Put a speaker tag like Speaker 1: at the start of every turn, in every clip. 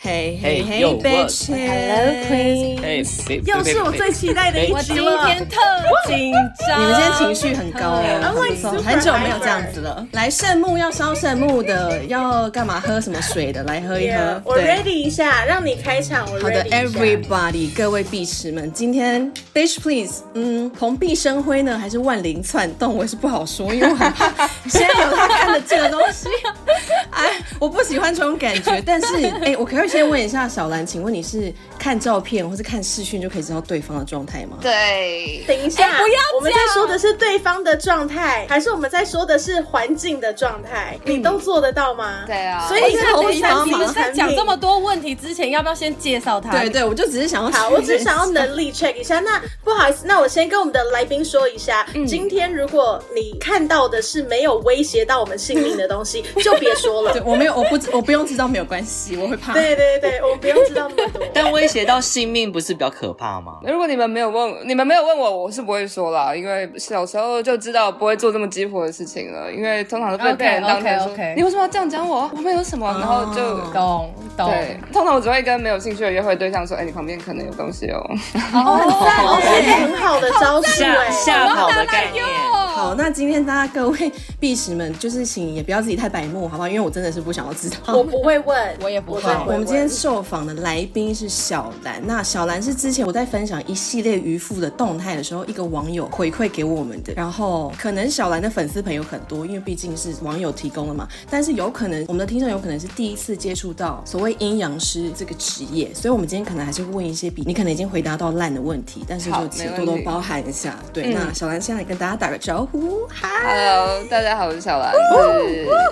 Speaker 1: 嘿嘿
Speaker 2: Hey,
Speaker 1: 嘿
Speaker 2: yo,
Speaker 1: ，bitches！
Speaker 3: Hello Queen，
Speaker 2: 哎，
Speaker 1: 又是我最期待的一
Speaker 3: 我
Speaker 1: 集
Speaker 3: 今
Speaker 1: 了。
Speaker 3: 天特紧张，
Speaker 1: 你们今天情绪很高哦，
Speaker 4: I'm like
Speaker 1: 轻松
Speaker 4: super
Speaker 1: 很久没有这样子了。来圣木要烧圣木的，要干嘛喝什么水的，来喝一
Speaker 4: Yeah，
Speaker 1: 喝。
Speaker 4: 我 ready 一下，让你开场，我
Speaker 1: 好的
Speaker 4: ready 一下。
Speaker 1: ，everybody，各位碧池们，今天 bitch please，嗯，蓬荜生辉呢，还是万灵窜动，我也是不好说，因为我很怕现在有他看的这个东西， 哎，我不喜欢这种感觉。但是，哎、我可以先问一下小兰，请问你是看照片或是看视讯就可以知道对方的状态吗？
Speaker 5: 对，
Speaker 4: 等一下，
Speaker 3: 哎不要这样
Speaker 4: 我们在说的是对方的状态，还是我们在说的是环境的状态？
Speaker 1: 嗯
Speaker 4: 你都做得到吗？
Speaker 5: 对啊
Speaker 4: 所以你
Speaker 1: 我是
Speaker 4: 看
Speaker 1: 同行
Speaker 4: 第三季
Speaker 1: 嘛
Speaker 4: 的
Speaker 3: 你在
Speaker 4: 产
Speaker 3: 讲这
Speaker 4: 品
Speaker 3: 么多问题之前，要不要先介绍他？
Speaker 1: 对对，我就只是想要
Speaker 4: 好，
Speaker 1: 确
Speaker 4: 我只
Speaker 1: 认
Speaker 4: 想要能力 check 一下。那不好意思，那我先跟我们的来宾说一下，
Speaker 1: 嗯
Speaker 4: 今天如果你看到的是没有威胁到我们性命的东西，就别说了
Speaker 1: 对，。我没有，我不知，我不用知道没有关系，我会怕。
Speaker 4: 对对对，我不用知道那么多。
Speaker 2: 但威胁到性命不是比较可 怕吗？
Speaker 5: 如果你们没有问，你们没有问我，我是不会说啦，因为小时候就知道不会做这么鸡婆的事情了，因为通常都被
Speaker 3: OK，哦
Speaker 5: 被人当成说
Speaker 3: OK，OK
Speaker 5: 你为什么要这样讲我？我们有什么？然后就。
Speaker 3: 懂懂。
Speaker 5: 对，通常我只会跟没有兴趣的约会对象说：“哎、你旁边可能有东西哦。
Speaker 4: 但是一个很好的招数
Speaker 2: 吓
Speaker 4: 哎，
Speaker 2: 吓跑的概念，
Speaker 3: 哦
Speaker 1: 好，那今天大家各位 碧石们，就是请也不要自己太白目，好不好？因为我真的是不想要知道。
Speaker 4: 我不会问，
Speaker 3: 我也不会
Speaker 4: 真的
Speaker 1: 我
Speaker 4: 问
Speaker 1: 们今天受访的来宾是小兰。那小兰是之前我在分享一系列渔夫的动态的时候，一个网友回馈给我们的。然后可能小兰的粉丝朋友很多，因为毕竟是网友提供的嘛。但是有可能我们的听众有可能是第一次接触到所谓阴阳师这个职业，所以我们今天可能还是会问一些比你可能已经回答到烂的问题，但是
Speaker 5: 好
Speaker 1: 就请
Speaker 5: 没问
Speaker 1: 多多
Speaker 5: 题
Speaker 1: 包涵一下。对，那小兰先来跟大家打个招呼，嗨。
Speaker 5: ”Hello，大家好，我是小兰，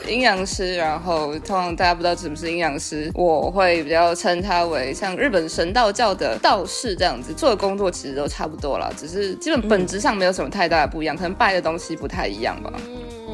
Speaker 5: 是阴阳师。然后通常大家不知道什么是阴阳师，我会比较称它为像日本神道教的道士这样子，做的工作其实都差不多啦，只是基本本质上没有什么太大的不一样，可能拜的东西不太一样吧。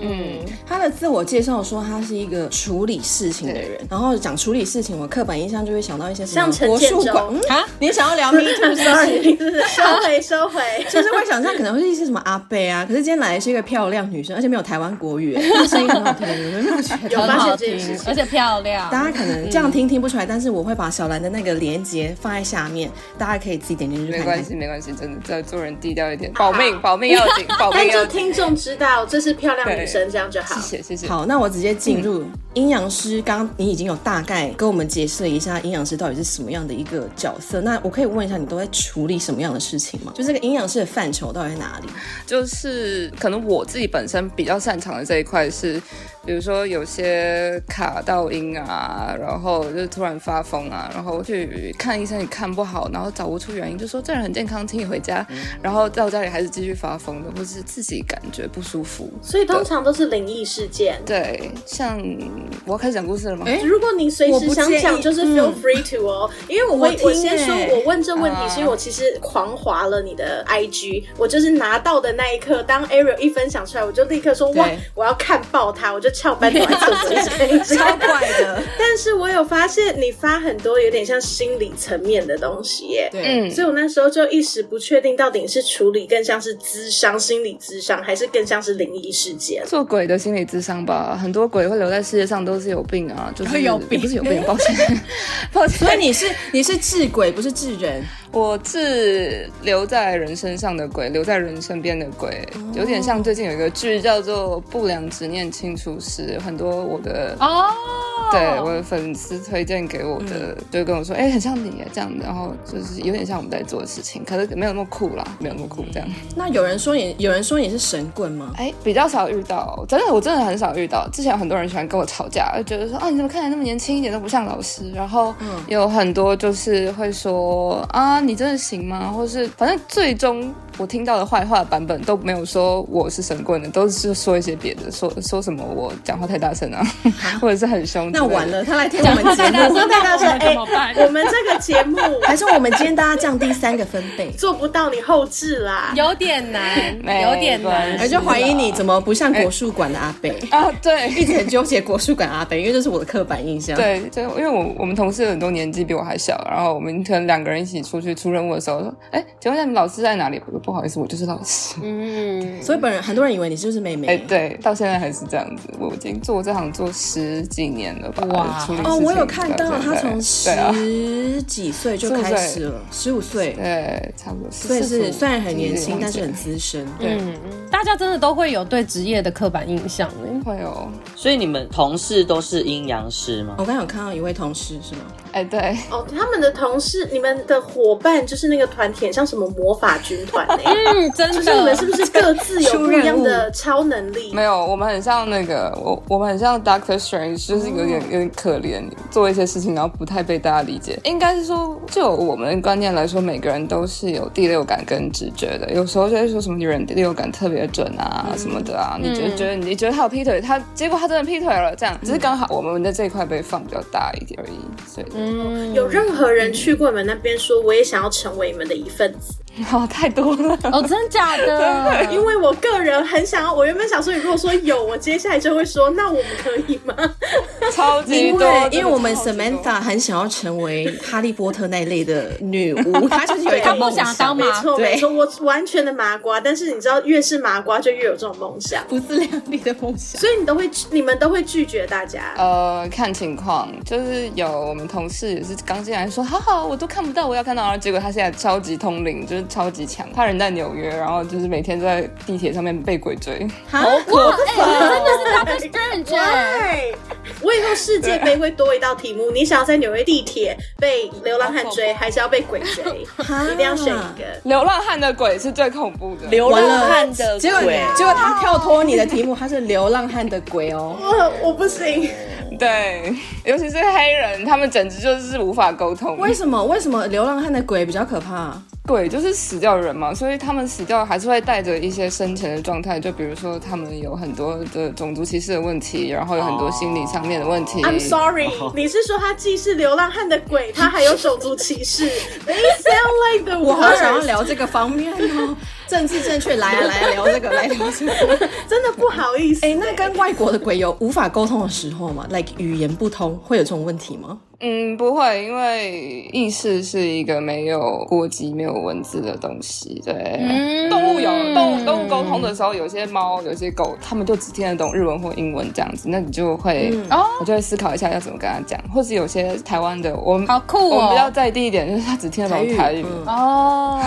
Speaker 5: 嗯，
Speaker 1: 他的自我介绍说他是一个处理事情的人，然后讲处理事情，我刻板印象就会想到一些什么
Speaker 4: 像陈
Speaker 1: 国
Speaker 4: 建
Speaker 1: 术
Speaker 4: 州
Speaker 1: 馆、嗯、啊，你想要聊 Me Too 是不是？
Speaker 4: 收回收回。
Speaker 1: 就是会想象可能会是一些什么阿贝啊，可是今天来的是一个漂亮女生，而且没有台湾国语， 她声音很好听，你们没有觉得？
Speaker 4: 有
Speaker 3: 很
Speaker 4: 发
Speaker 3: 好
Speaker 4: 现这件
Speaker 3: 听
Speaker 4: 事，情
Speaker 3: 而且漂亮。
Speaker 1: 大家可能这样听听不出来，但是我会把小兰的那个连接放在下面，大家可以自己点进去
Speaker 5: 没
Speaker 1: 看
Speaker 5: 关
Speaker 1: 看。
Speaker 5: 系，没关系，真的，在做人低调一点，保命，保命要紧，保
Speaker 4: 但
Speaker 5: 命 要
Speaker 4: 就
Speaker 5: 紧。
Speaker 4: 听众知道这是漂亮女
Speaker 5: 对
Speaker 4: 生，这样就好。
Speaker 5: 谢谢，谢谢。
Speaker 1: 好，那我直接进入阴阳师。刚刚你已经有大概跟我们解释了一下阴阳师到底是什么样的一个角色。那我可以问一下，你都在处理什么样的事情吗？就这个阴阳师的范畴到底在哪里？
Speaker 5: 就是可能我自己本身比较擅长的这一块是，比如说有些卡到音啊，然后就是突然发疯啊，然后去看医生也看不好，然后找不出原因，就说这人很健康，请你回家，然后到家里还是继续发疯的，或是自己感觉不舒服。
Speaker 4: 所以通常都是灵异事件。
Speaker 5: 对，像我要开始讲故事了吗？
Speaker 1: 哎
Speaker 4: 如果你随时想
Speaker 1: 我不介
Speaker 4: 讲，
Speaker 1: 意
Speaker 4: 就是 feel free to 哦，因为我
Speaker 1: 我
Speaker 4: 我
Speaker 1: 听
Speaker 4: 我先说
Speaker 1: 欸，
Speaker 4: 我问这问题是因为我其实狂划了你的 IG，我就是拿到的那一刻，当 Ariel 一分享出来，我就立刻说
Speaker 1: 对
Speaker 4: 哇，我要看爆他，我就翘班走来厕所这 一
Speaker 1: 超怪的，
Speaker 4: 但是我有发现你发很多有点像心理层面的东西耶，
Speaker 1: 对，
Speaker 5: 嗯，
Speaker 4: 所以我那时候就一时不确定到底是处理更像是智商、心理智商，还是更像是灵异事件。
Speaker 5: 做鬼的心理智商吧，很多鬼会留在世界上都是有病啊，就是
Speaker 1: 有病
Speaker 5: 不是有病，抱歉，抱歉。
Speaker 1: 所以你是你是治鬼，不是治人。
Speaker 5: 我是留在人身上的鬼，留在人身边的鬼，有点像最近有一个剧叫做《不良执念清除师》，很多我的。
Speaker 3: 哦，
Speaker 5: 对我的粉丝推荐给我的，就跟我说，哎、很像你耶这样，然后就是有点像我们在做的事情，可是没有那么酷啦，没有那么酷这样。
Speaker 1: 那有人说你有人说你是神棍吗？
Speaker 5: 哎，比较少遇到，真的，我真的很少遇到。之前有很多人喜欢跟我吵架，就觉得说啊，你怎么看起来那么年轻，一点都不像老师。然后
Speaker 1: 嗯
Speaker 5: 有很多就是会说啊，你真的行吗？或是反正最终我听到的坏话版本都没有说我是神棍的，都是说一些别的，说说什么我讲话 太大声啊，或者是很凶之类
Speaker 1: 那
Speaker 5: 的。
Speaker 1: 完了，他来听我们节
Speaker 3: 太大
Speaker 1: 目
Speaker 3: 声，，
Speaker 4: 大
Speaker 3: 那
Speaker 4: 声
Speaker 3: 我们怎么办？
Speaker 4: 我们这个节目，？
Speaker 1: 还是我们今天大家降低三个分贝
Speaker 4: 做不到你后置啦。
Speaker 3: 有点难，有点
Speaker 5: 没
Speaker 3: 难
Speaker 5: 关
Speaker 1: 我
Speaker 5: 系。
Speaker 1: 就怀疑你怎么不像国术馆的阿北，
Speaker 5: 啊，对，
Speaker 1: 一直很纠结国术馆阿北，因为这是我的刻板印象。，
Speaker 5: 对，就因为我我们同事有很多年纪比我还小，然后我们可能两个人一起出去出任务的时候，说：“哎，请问一下你们老师在哪里？”我说：“不好意思，我就是老师。
Speaker 3: 嗯，
Speaker 1: 所以本人很多人以为你就是妹妹。
Speaker 5: 哎，对，到现在还是这样子。我已经做这行做十几年了吧？
Speaker 3: 哇
Speaker 5: 处理
Speaker 1: 哦，
Speaker 5: 事
Speaker 1: 我有
Speaker 5: 情
Speaker 1: 看
Speaker 5: 到
Speaker 1: 到
Speaker 5: 现
Speaker 1: 他
Speaker 5: 在
Speaker 1: 从
Speaker 5: 对啊，
Speaker 1: 十几岁就开始了，十五岁，
Speaker 5: 对，差不多。
Speaker 1: 所以
Speaker 5: 45
Speaker 1: 是虽然很年轻，
Speaker 5: 忘记
Speaker 1: 但是很
Speaker 5: 了
Speaker 1: 资深。
Speaker 5: 对
Speaker 3: 大家真的都会有对职业的刻板印象欸。
Speaker 5: 会有。
Speaker 2: 所以你们同事都是阴阳师吗？
Speaker 1: 哦我刚刚有看到一位同事是吗？
Speaker 5: 哎，对，
Speaker 4: 哦，他们的同事，你们的伙伴就是那个团体，很像什么魔法军团哎、
Speaker 3: 嗯，真
Speaker 4: 就是你们是
Speaker 3: 的，
Speaker 4: 不是各自有不一样的超能力
Speaker 5: 没？有，我们很像那个，我我们很像 Doctor Strange，就是有
Speaker 1: 哦
Speaker 5: 点有点可怜，做一些事情然后不太被大家理解。应该是说，就我们的观念来说，每个人都是有第六感跟直觉的。有时候就会说什么女人第六感特别准啊、
Speaker 1: 嗯
Speaker 5: 什么的啊，你觉得觉得你觉得她有劈腿，她结果她真的劈腿了，这样只是刚好我们的这一块被放比较大一点而已，所以
Speaker 3: 嗯，
Speaker 4: 有任何人去过你们那边说我也想要成为你们的一份子？
Speaker 5: 好、太多了。
Speaker 3: 哦，真假的？
Speaker 4: 因为我个人很想要，我原本想说，你如果说有，我接下来就会说，那我们可以吗？
Speaker 5: 超级
Speaker 1: 因
Speaker 5: 多，
Speaker 1: 为
Speaker 5: 真的
Speaker 1: 因为我们
Speaker 5: 啊超级多
Speaker 1: Samantha 很想要成为哈利波特那一类的女巫，她就是有一
Speaker 4: 她
Speaker 1: 个
Speaker 4: 不
Speaker 1: 梦
Speaker 3: 想当
Speaker 4: 没错，
Speaker 1: 啊对
Speaker 4: 没错，我完全的麻瓜，但是你知道，越是麻瓜就越有这种梦想，
Speaker 1: 不自量力的梦想。
Speaker 4: 所以你都会，你们都会拒绝大家。
Speaker 1: 哦
Speaker 5: 呃，看情况，就是有我们同事也是刚进来说，好好，我都看不到，我要看到，然后结果他现在超级通灵，就是超级强，他人在纽约，然后就是每天都在地铁上面被鬼追，
Speaker 3: 哇，哎，真的是 Doctor Strange 欸。
Speaker 4: 对，我以后世界杯会多一道题目，你想要在纽约地铁被流浪汉追，还是要被鬼追？一定要选一个。
Speaker 5: 流浪汉的鬼是最恐怖的。
Speaker 2: 流
Speaker 1: 完了
Speaker 2: 浪汉的
Speaker 1: 结果
Speaker 2: 鬼，
Speaker 1: 结果他跳脱你的题目，他是流浪汉的鬼哦。
Speaker 4: 我我不行，
Speaker 5: 对，尤其是黑人，他们简直就是无法沟通。
Speaker 1: 为什么？为什么流浪汉的鬼比较可怕？
Speaker 5: 鬼就是死掉的人嘛，所以他们死掉还是会带着一些生前的状态，就比如说他们有很多的种族歧视的问题，然后有很多心理上面的问题。
Speaker 4: I'm sorry，你是说他既是流浪汉的鬼，他还有种族歧视？They sound like the
Speaker 1: 我好想要
Speaker 4: worst。
Speaker 1: 聊这个方面 哦，政治正确，来啊来啊，聊这个，来聊这个。
Speaker 4: 真的不好意思。欸
Speaker 1: 哎、那跟外国的鬼有无法沟通的时候吗？Like 语言不通会有这种问题吗？
Speaker 5: 嗯，不会，因为意识是一个没有国籍、没有文字的东西。对，
Speaker 3: 嗯
Speaker 5: 动物有动物动物沟通的时候，有些猫、有些狗，它们就只听得懂日文或英文这样子，那你就会，
Speaker 3: 嗯哦
Speaker 5: 我就会思考一下要怎么跟它讲，或是有些台湾的，我们
Speaker 3: 好酷哦
Speaker 5: 我们比较在地一点，就是它只听得懂台语。
Speaker 1: 嗯
Speaker 3: 哦，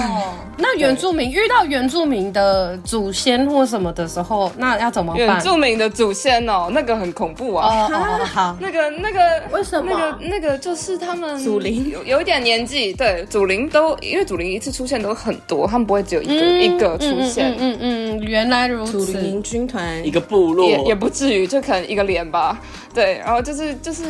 Speaker 3: 那原住民遇到原住民的祖先或什么的时候，那要怎么
Speaker 5: 原
Speaker 3: 办？
Speaker 5: 住民的祖先哦，那个很恐怖啊！
Speaker 3: 哦哦哦好，
Speaker 5: 那个那个
Speaker 4: 为什么
Speaker 5: 那个那个就是他们
Speaker 1: 祖灵
Speaker 5: 有有一点年纪，对祖灵都因为祖灵一次出现都很多，他们不会只有一个、一个出现。
Speaker 3: 嗯嗯嗯嗯，原来如
Speaker 1: 祖
Speaker 3: 此。
Speaker 1: 灵军团
Speaker 2: 一个部落
Speaker 5: 也也不至于，就可能一个脸吧，对，然后就是就是，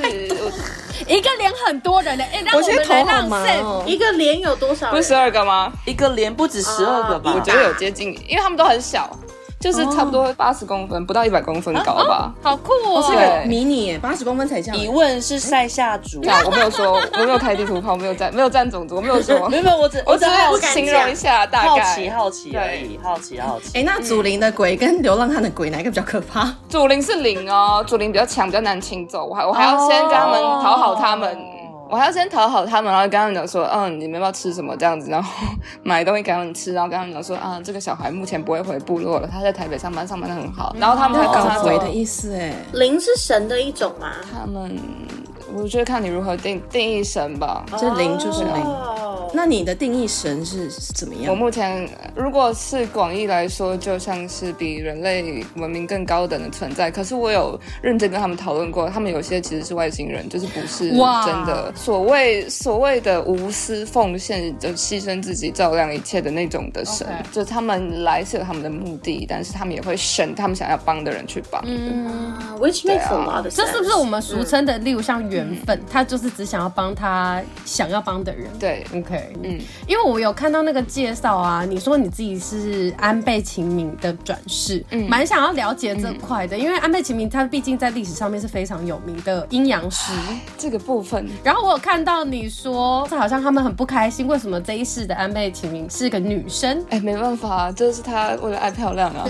Speaker 3: 一个连很多人的，哎，让
Speaker 1: 我
Speaker 3: 我
Speaker 1: 现在
Speaker 3: 们
Speaker 1: 头
Speaker 3: 来
Speaker 1: 好
Speaker 3: 让
Speaker 1: 麻
Speaker 3: Sam
Speaker 1: 哦。
Speaker 4: 一个连有多少人？
Speaker 5: 不
Speaker 1: 啊
Speaker 5: 是十二个吗？
Speaker 2: 一个连不止十二个吧？
Speaker 4: 啊
Speaker 5: 我觉得有接近，因为他们都很小，就是差不多八十公分，不到一百公分高吧。
Speaker 3: 好酷哦！
Speaker 1: 这
Speaker 5: 对
Speaker 1: 个迷你耶，八十公分才这
Speaker 2: 疑
Speaker 1: 样。
Speaker 2: 问是塞下族，啊
Speaker 5: 那
Speaker 1: 嗯
Speaker 5: 我没有说，我没有开地图炮，我没有站，没有站种族，我没有说
Speaker 2: 没，有没有，我只
Speaker 5: 我
Speaker 2: 只
Speaker 5: 只
Speaker 2: 好
Speaker 5: 是
Speaker 4: 敢
Speaker 5: 形
Speaker 4: 讲
Speaker 5: 容一下大
Speaker 2: 好
Speaker 5: 概。
Speaker 2: 奇好奇而已，好奇好奇。
Speaker 1: 哎、那祖灵的鬼跟流浪汉的鬼哪一个比较可怕？
Speaker 5: 主灵是零哦，主灵比较强，比较难请走。我还我还要先跟他们
Speaker 3: 哦
Speaker 5: 讨好他们，我还要先讨好他们，然后跟他们讲说，嗯，你们要不要吃什么这样子，然后买东西给他们吃，然后跟他们讲说，啊，这个小孩目前不会回部落了，他在台北上班，上班的很好，然后他
Speaker 2: 嗯
Speaker 5: 们才
Speaker 1: 搞
Speaker 5: 搞
Speaker 1: 鬼
Speaker 5: 回
Speaker 1: 的
Speaker 5: 的。
Speaker 1: 意思哎。
Speaker 4: 灵是神的一种吗？
Speaker 5: 他们，我觉得看你如何定定义神吧。
Speaker 1: 这灵就是灵
Speaker 4: 哦
Speaker 1: 那你的定义神是是怎么
Speaker 5: 我
Speaker 1: 样？
Speaker 5: 目前如果是广义来说，就像是比人类文明更高等的存在。可是我有认真跟他们讨论过，他们有些其实是外星人，就是不是
Speaker 3: 哇
Speaker 5: 真的所谓所谓的无私奉献，就牺牲自己照亮一切的那种的神。
Speaker 3: OK
Speaker 5: 就他们来是有他们的目的，但是他们也会选他们想要帮的人去帮。
Speaker 3: 嗯，
Speaker 4: 啊，which makes a lot of sense。
Speaker 3: 这是不是我们俗称的，例如像缘分，他就是只想要帮他想要帮的人？
Speaker 5: 对，
Speaker 3: OK，嗯
Speaker 5: 嗯，
Speaker 3: 因为我有看到那个介绍啊，你说你自己是安倍晴明的转世，嗯，蛮想要了解这块的，因为安倍晴明他毕竟在历史上面是非常有名的阴阳师，
Speaker 5: 这个部分
Speaker 3: 然后后我有看到你说，好像他们很不开心，为什么这一世的安倍晴明是个女生？
Speaker 5: 哎，没办法，就是她为了爱漂亮啊。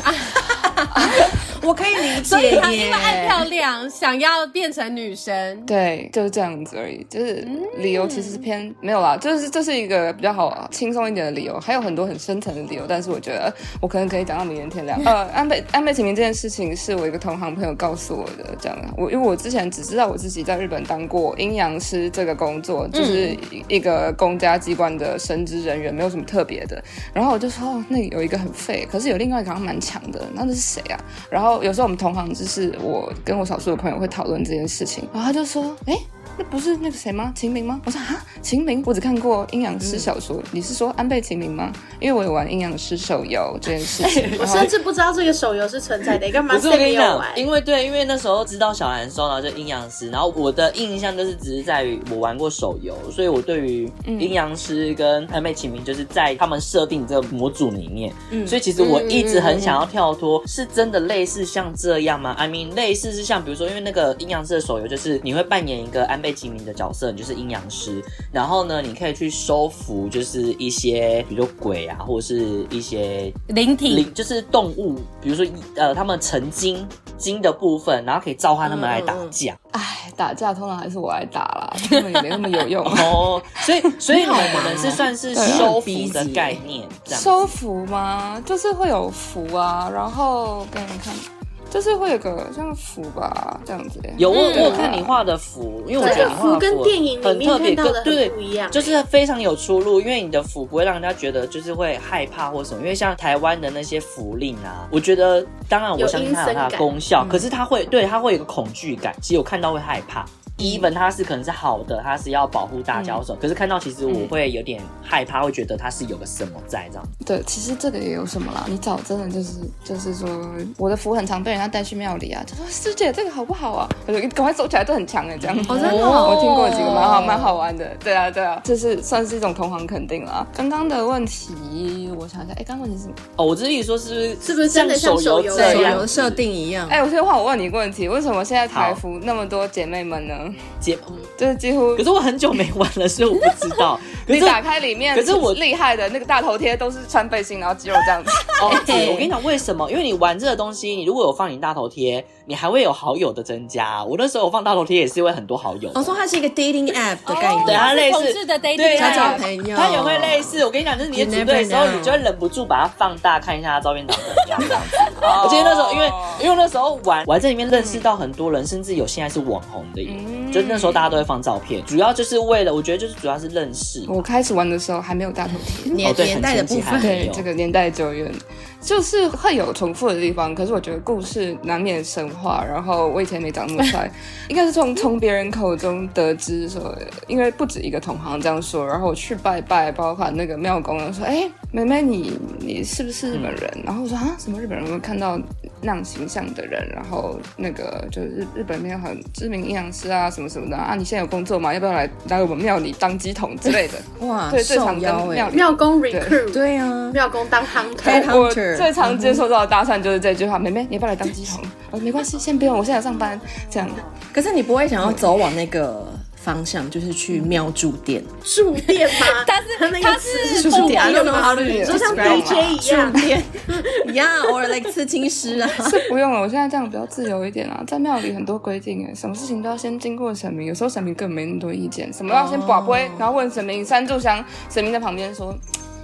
Speaker 1: 我可以啊理
Speaker 3: 所
Speaker 1: 解
Speaker 3: 以她因
Speaker 1: 耶
Speaker 3: 为。爱漂亮，想要变成女生。
Speaker 5: 对，就是这样子而已。就是理由其实是偏没有啦，就是这是一个比较好轻松一点的理由，还有很多很深层的理由。但是我觉得我可能可以讲到明年天亮。呃，安倍安倍晴明这件事情是我一个同行朋友告诉我的，这样我因为我之前只知道我自己在日本当过阴阳师这个工作，就是一个公家机关的神职人员，没有什么特别的。然后我就说，哦，那有一个很废，可是有另外一个好像蛮强的，那那是谁啊？然后有时候我们同行就是我跟我少数的朋友会讨论这件事情，然后他就说，哎。那不是那个谁吗？秦明吗？我说啊，秦明，我只看过阴阳师小说。你是说安倍晴明吗？因为我有玩阴阳师手游这件事情。
Speaker 4: 我
Speaker 5: 然后
Speaker 4: 甚至不知道这个手游是存在的，干嘛
Speaker 2: 不是我跟你
Speaker 4: 没有
Speaker 2: 讲，
Speaker 4: 玩？
Speaker 2: 因为对，因为那时候知道小兰的时候，然后就阴阳师，然后我的印象就是只是在于我玩过手游，所以我对于阴阳师跟安倍晴明就是在他们设定这个模组里面，所以其实我一直很想要跳脱，是真的类似像这样吗？I mean，类似是像比如说，因为那个阴阳师的手游就是你会扮演一个安倍晴明的角色，你就是阴阳师，然后呢，你可以去收服就是一些比如说鬼啊，或者是一些
Speaker 3: 灵体
Speaker 2: 灵就是动物，比如说呃，他们成精精的部分，然后可以召唤他们来打架、
Speaker 5: 哎，打架通常还是我来打啦，他们也没那么有用。啊
Speaker 2: 哦。所以所以你们你们是算是收服
Speaker 1: 对
Speaker 2: 的
Speaker 1: 很
Speaker 2: 概念，这样
Speaker 5: 收服吗？就是会有服啊，然后给你们看，就是会有个像服吧，这样子。
Speaker 2: 有我
Speaker 5: 嗯
Speaker 2: 我有看你画的符，因为我觉
Speaker 4: 这
Speaker 2: 得
Speaker 4: 个
Speaker 2: 你画
Speaker 4: 符
Speaker 2: 的
Speaker 4: 跟
Speaker 2: 符
Speaker 4: 电影里
Speaker 2: 很
Speaker 4: 面
Speaker 2: 特别，
Speaker 4: 看到
Speaker 2: 跟
Speaker 4: 的很
Speaker 2: 对
Speaker 4: 不一样，
Speaker 2: 就是非常有出入，因为你的符不会让人家觉得就是会害怕或什么。因为像台湾的那些符令啊，我觉得当然我相信它有它的功效，可是它会对它会有一个恐惧感，其实我看到会害怕。even
Speaker 4: 嗯
Speaker 2: 它是可能是好的，它是要保护大家或什么，可是看到其实我会有点害怕，会觉得它是有个什么在这样。
Speaker 5: 对，其实这个也有什么啦？你找真的就是就是说，我的符很常被人家带去庙里啊，就说师姐这个好不好啊？我说你赶快走起来，这很强哎，这样。哦，
Speaker 3: 真的哦
Speaker 5: 我听过几个蛮好蛮好玩的。对啊，对啊，这是算是一种同行肯定啦。刚刚的问题，我想一下，哎，刚刚问题是什么？
Speaker 2: 哦，我只是意思说是不哦是
Speaker 4: 是不是真的像
Speaker 2: 手
Speaker 4: 手
Speaker 2: 游
Speaker 4: 游
Speaker 2: 这
Speaker 1: 啊手
Speaker 2: 样
Speaker 1: 游
Speaker 2: 子
Speaker 1: 设定一样，
Speaker 5: 哎，我先换我问你一个问题，为什么现在台服那么多姐妹们呢？
Speaker 2: 解？嗯
Speaker 5: 就是几乎
Speaker 2: 可是我很久没玩了，所以我不知 道。可
Speaker 5: 你
Speaker 2: 是
Speaker 5: 打开里面，
Speaker 2: 可是我
Speaker 5: 厉害的那个大头贴都是穿背心，然后肌肉这样子。
Speaker 2: 哦，对我跟你讲为什么？因为你玩这个东西，你如果有放你大头贴，你还会有好友的增加。我那时候我放大头贴也是因为很多好友的，
Speaker 1: 我哦说它是一个 dating app 的概
Speaker 2: 对啊
Speaker 1: 念，
Speaker 5: 啊
Speaker 2: 它类似
Speaker 3: 同志的 dating
Speaker 2: 对
Speaker 1: 交
Speaker 2: 它
Speaker 3: app
Speaker 1: 交朋友，
Speaker 2: 它也会类似。我跟你讲，就是你在
Speaker 1: You
Speaker 2: 组队的时候，
Speaker 1: never know
Speaker 2: 你就会忍不住把它放大看一下它照片长怎样这样 子。哦我记得那时候，因为因为那时候玩，我还在里面认识到很多人，甚至有现在是网红的耶。
Speaker 5: 嗯
Speaker 2: 就那时候大家都会放照片，主要就是为了，我觉得就是主要是认识。
Speaker 5: 我开始玩的时候还没有大头贴，
Speaker 1: 年
Speaker 2: 哦对
Speaker 1: 年代的
Speaker 2: 很前
Speaker 1: 部
Speaker 2: 期还
Speaker 1: 分。
Speaker 5: 对
Speaker 2: 有
Speaker 5: 这个年代久远，就是会有重复的地方。可是我觉得故事难免神话，然后我以前没长那么帅，应该是从从别人口中得知说，因为不止一个同行这样说，然后我去拜拜，包括那个庙公说，哎、妹妹你你是不是日本人？然后我说啊，什么日本人？我看到那样形象的人，然后那个就是日日本那边很知名阴阳师啊，什么什么的啊，你现在有工作吗？要不要来来我们庙里当鸡桶之类的？
Speaker 1: 哇，
Speaker 5: 对最常
Speaker 1: 受
Speaker 5: 跟
Speaker 1: 邀
Speaker 5: 庙
Speaker 1: 哎，
Speaker 5: 里
Speaker 4: 妙公 recruit，
Speaker 1: 对啊，
Speaker 4: 妙公当 hunter，
Speaker 1: 非常
Speaker 5: 哎我
Speaker 1: Hunter
Speaker 5: 最常接收到的搭讪就是这句话：“妹妹，你要不要来当鸡桶？”我说：“没关系，先不用，我现在上班。”这样，
Speaker 1: 可是你不会想要走往那个方向，就是去庙住店，
Speaker 4: 住店吗？
Speaker 3: 他是
Speaker 4: 他那
Speaker 3: 他
Speaker 4: 个
Speaker 3: 是
Speaker 1: 住
Speaker 4: 词住
Speaker 1: 店
Speaker 4: 店
Speaker 1: I don't know how
Speaker 4: 吗
Speaker 1: to？
Speaker 4: 你说像
Speaker 1: describe
Speaker 4: DJ 一 样，
Speaker 1: 店呀，偶尔 like 刺青师 啊，
Speaker 5: 是不用了。我现在这样比较自由一点啊啦。在庙里很多规定哎，什么事情都要先经过神明，有时候神明根本没那么多意见，什么要先把杯，然后问神明三炷香，神明在旁边说：“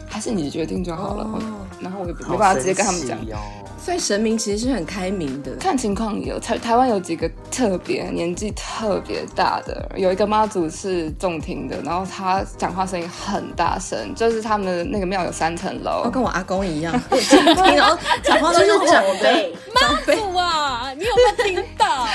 Speaker 5: 还是你决定就好了。我然后我也没办法直接跟他们讲嗯
Speaker 2: 好。神奇哦
Speaker 1: 所以神明其实是很开明的。
Speaker 5: 看情况有台台湾有几个特别年纪特别大的，有一个妈祖是重听的，然后她讲话声音很大声，就是他们那个庙有三层 楼
Speaker 1: 哦，，跟我阿公一样，然后讲话都
Speaker 4: 就是是长
Speaker 1: 吼的，
Speaker 4: 辈。
Speaker 1: 长辈
Speaker 3: 哇，啊你有没有听到？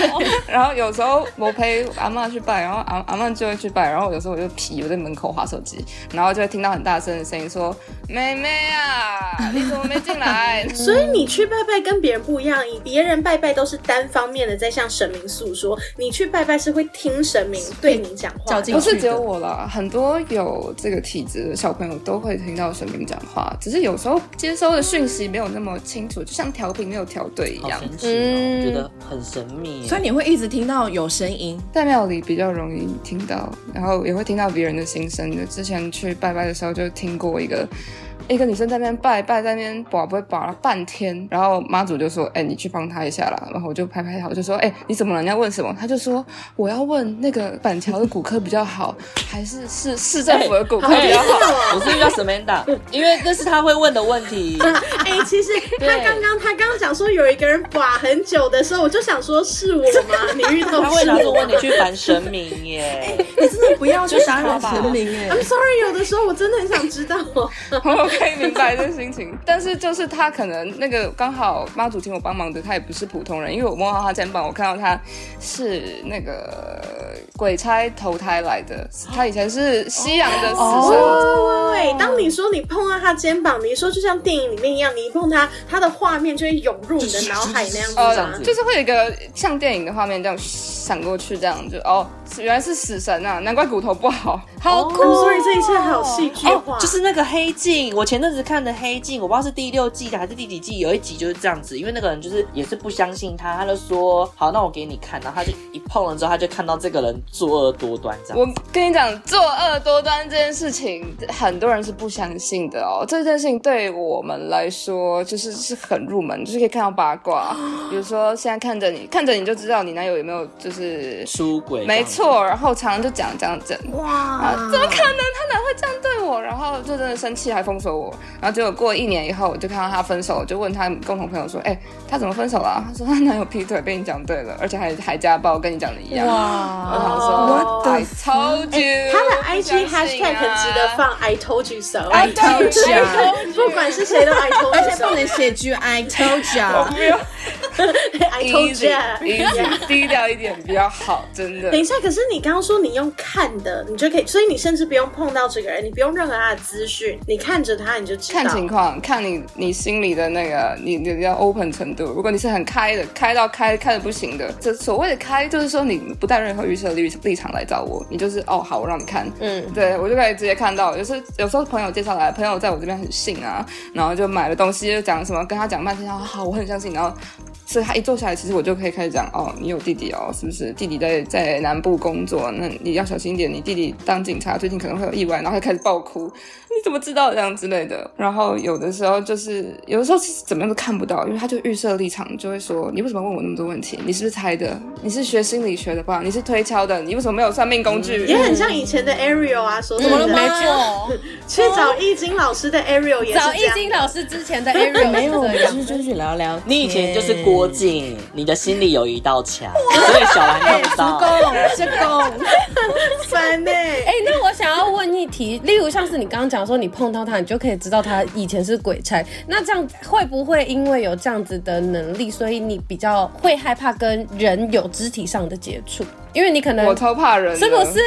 Speaker 5: 然后有时候我陪阿嬷去拜，然后阿阿嬷就会去拜，然后有时候我就皮我在门口划手机，然后就会听到很大声的声音说：“妹妹啊，你怎么没进来？”
Speaker 4: 所以你去拜拜拜跟别人不一样，别人拜拜都是单方面的在向神明诉说，你去拜拜是会听神明对你讲话
Speaker 1: 较
Speaker 4: 的。
Speaker 1: 劲
Speaker 5: 不是只有我啦，很多有这个体质的小朋友都会听到神明讲话，只是有时候接收的讯息没有那么清楚，就像调频没有调对一
Speaker 2: 好
Speaker 5: 样。
Speaker 2: 神奇哦，觉得很神秘耶。
Speaker 1: 所以你会一直听到有声音，
Speaker 5: 在庙里比较容易听到，然后也会听到别人的心声的。之前去拜拜的时候就听过一个。一个女生在那边拜拜，在那边把不会把了半天，然后妈祖就说：“哎、你去帮她一下啦。”然后我就拍拍她，我就说：“哎、你怎么了？你要问什么？”她就说：“我要问那个板桥的骨科比较好，还是市市政府的骨科比较好？”
Speaker 2: 哎
Speaker 5: 哦
Speaker 2: 我是遇到 Samantha，因为那是他会问的问题。
Speaker 4: 哎、其实他刚刚他刚刚讲说有一个人把很久的时候，我就想说是我吗？你遇到
Speaker 2: 他会
Speaker 4: 是
Speaker 2: 拿着
Speaker 4: 我
Speaker 2: 问
Speaker 4: 吗
Speaker 2: 你去烦神明耶，
Speaker 1: 你真的不要去打扰神明哎、
Speaker 4: ？I'm sorry，有的时候我真的很想 知道哦。
Speaker 5: 我可以明白这心情， 但是就是他可能那个刚好妈祖请我帮忙的，他也不是普通人，因为我摸到他肩膀，我看到他是那个鬼差投胎来的，
Speaker 2: 哦
Speaker 5: 他以前是西洋的死神。
Speaker 4: 对，当你说你碰到他肩膀，你说就像电影里面一样，你一碰他，他的画面就会涌入你的脑海那样子
Speaker 2: 这样
Speaker 4: 吗
Speaker 2: 子？
Speaker 5: 呃就是会有一个像电影的画面这样闪过去，这样就哦，原来是死神啊，难怪骨头不好，好酷、
Speaker 4: I'm sorry，这一切好戏剧
Speaker 5: 哦
Speaker 4: 化，
Speaker 2: 哦就是那个黑镜，我前阵子看的黑镜，我不知道是第六季的还是第几季，有一集就是这样子，因为那个人就是也是不相信他，他就说好，那我给你看，然后他就一碰了之后，他就看到这个人作恶多端这样。
Speaker 5: 我跟你讲，作恶多端这件事情，很多人是不相信的哦。这件事情对我们来说，就是是很入门，就是可以看到 八卦。比如说，现在看着你，看着你就知道你男友有没有就是
Speaker 2: 出轨，
Speaker 5: 没，错。然后常常就讲讲讲，
Speaker 1: 哇，
Speaker 5: 啊怎么可能？他哪会这样对我？然后就真的生气，还封锁我。然后结果过一年以后，我就看到他分手，我就问他共同朋友说：“哎、他怎么分手了、他说：“他男友劈腿，被你讲对了，而且还还家暴，跟你讲的一样。”我
Speaker 1: 哇，
Speaker 5: 想说
Speaker 4: What
Speaker 1: the
Speaker 5: ，I told you，
Speaker 4: 哎他的 IG
Speaker 5: 不相信
Speaker 4: hashtag
Speaker 5: 啊
Speaker 4: 很值得。放 I told you so。
Speaker 5: I told you，
Speaker 1: I
Speaker 4: 不管是谁都 I told
Speaker 1: 而
Speaker 4: you
Speaker 1: 且不
Speaker 4: so。
Speaker 1: 能写句 I told ya，
Speaker 4: I told you。
Speaker 5: easy，easy，低调一点比较好，真的
Speaker 4: 等。一下，可是你刚刚说你用看的，你就可以，所以你甚至不用碰到这个人，你不用任何他的资讯，你看着他你就知道。
Speaker 5: 看情况，看你你心里的那个你你的 open 程度。如果你是很开的，开到开开的不行的，这所谓的开就是说你不带任何预设立立场来找我，你就是哦好，我让你看，嗯，对我就可以直接看到。就是有时候朋友介绍来，朋友在我这边很信啊，然后就买了东西，就讲什么跟他讲半天，啊好，我很相信，然后。所以他一坐下来，其实我就可以开始讲哦，你有弟弟哦，是不是？弟弟在在南部工作，那你要小心一点，你弟弟当警察，最近可能会有意外，然后他开始爆哭，你怎么知道这样之类的？然后有的时候就是，有的时候是怎么样都看不到，因为他就预设立场，就会说你为什么问我那么多问题？你是不是猜的？你是学心理学的吧？你是推敲的？你为什么没有算命工 具？
Speaker 4: 也很像以前的 Ariel 啊，说真
Speaker 5: 嗯
Speaker 4: 的，
Speaker 3: 没错，
Speaker 4: 去找易经老师的 Ariel 也是
Speaker 3: 找
Speaker 4: 这
Speaker 3: 易
Speaker 4: 样。
Speaker 3: 经老师之前的 Ariel
Speaker 1: 没有，我
Speaker 3: 也
Speaker 1: 们
Speaker 3: 是
Speaker 1: 就是
Speaker 3: 这样。
Speaker 1: 就是聊聊天。
Speaker 2: 你以前就是郭靖，你的心里有一道墙，
Speaker 5: 嗯
Speaker 2: 所以小兰看不
Speaker 5: 哎
Speaker 1: 足够
Speaker 2: 到。，
Speaker 1: 这够。
Speaker 4: 烦呢、
Speaker 3: 哎、那我想要问一题，例如像是你刚刚讲说你碰到他，你就可以知道他以前是鬼差，那这样会不会因为有这样子的能力，所以你比较会害怕跟人有肢体上的接触？因为你可能
Speaker 5: 我超怕人的，
Speaker 3: 是不是？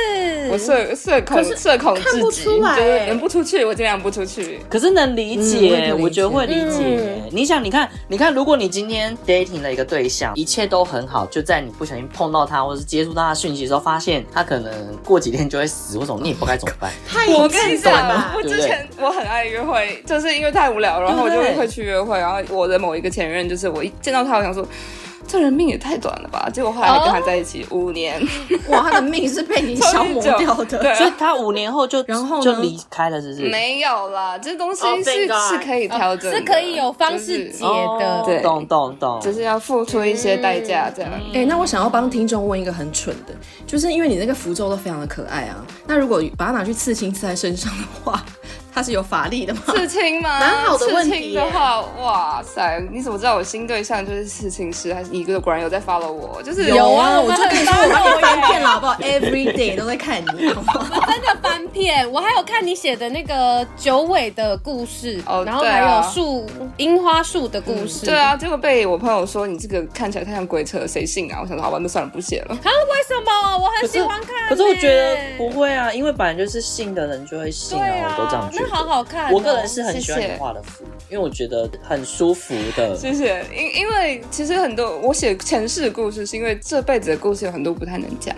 Speaker 5: 我社社恐
Speaker 4: 是
Speaker 5: 社恐
Speaker 4: 看
Speaker 5: 至
Speaker 4: 不
Speaker 5: 极，
Speaker 4: 出来
Speaker 5: 就是
Speaker 4: 欸
Speaker 5: 能不出去我尽量不出去。
Speaker 2: 可是能理
Speaker 1: 嗯
Speaker 2: 解，
Speaker 1: 我也可以理解
Speaker 2: 我觉得会理解。
Speaker 3: 嗯
Speaker 2: 你想，你看，你看，如果你今天 dating 了一个对象，一切都很好，就在你不小心碰到他，或者是接触到他讯息的时候，发现他可能过几天就会死，或者你也不该怎么办。
Speaker 4: 太
Speaker 5: 我
Speaker 4: 有
Speaker 5: 跟你
Speaker 4: 气
Speaker 5: 讲啊
Speaker 4: 吧，
Speaker 5: 我之前我很爱约会，就是因为太无聊，然后我就
Speaker 2: 对
Speaker 5: 会去约会。然后我的某一个前任，就是我一见到他，我想说。这人命也太短了吧！结果后来还跟他在一起五年，
Speaker 1: 哇，他的命是被你消 磨掉
Speaker 5: 对
Speaker 1: 的。
Speaker 5: 啊
Speaker 2: 所以他五年后就
Speaker 1: 然后呢
Speaker 2: 就离开了，是不是？
Speaker 5: 没有啦，这东西
Speaker 4: Oh,
Speaker 5: 是、
Speaker 4: thank God
Speaker 5: 是可以调整的、
Speaker 3: 是可以有方式
Speaker 5: 就是
Speaker 3: 解的。
Speaker 2: 哦
Speaker 5: 对
Speaker 2: 懂懂懂。
Speaker 5: 只是要付出一些代价这样。
Speaker 1: 哎、那我想要帮听众问一个很蠢的，就是因为你那个符咒都非常的可爱啊，那如果把它拿去刺青刺在身上的话， 它是有法力的吗？
Speaker 5: 刺青吗？
Speaker 4: 蛮好的问题
Speaker 5: 刺青的话，哇塞，你怎么知道我新对象就是刺青师？还是你果然有在 follow 我？就是
Speaker 3: 有啊
Speaker 1: 我就跟你说，我把你翻遍 了，好不好？Every day 都在看你，好不好？
Speaker 3: 真的翻片，我还有看你写的那个九尾的故事，
Speaker 5: 哦
Speaker 3: 然后
Speaker 5: 对
Speaker 3: 还
Speaker 5: 啊
Speaker 3: 有树樱花树的故事。
Speaker 5: 对，啊，结果被我朋友说你这个看起来太像鬼扯，谁信啊？我想说好吧，那算了，不写了。
Speaker 3: 啊，为什么？我很
Speaker 2: 可是
Speaker 3: 喜欢看、欸
Speaker 2: 可是我觉得不会啊，因为本来就是信的人就会信
Speaker 3: 对啊
Speaker 2: 我都这样觉
Speaker 3: 好好看哦。
Speaker 2: 我个人是很喜欢
Speaker 5: 谢谢
Speaker 2: 你画的符，因为我觉得很舒服的。
Speaker 5: 谢谢，因因为其实很多我写前世的故事，是因为这辈子的故事有很多不太能讲，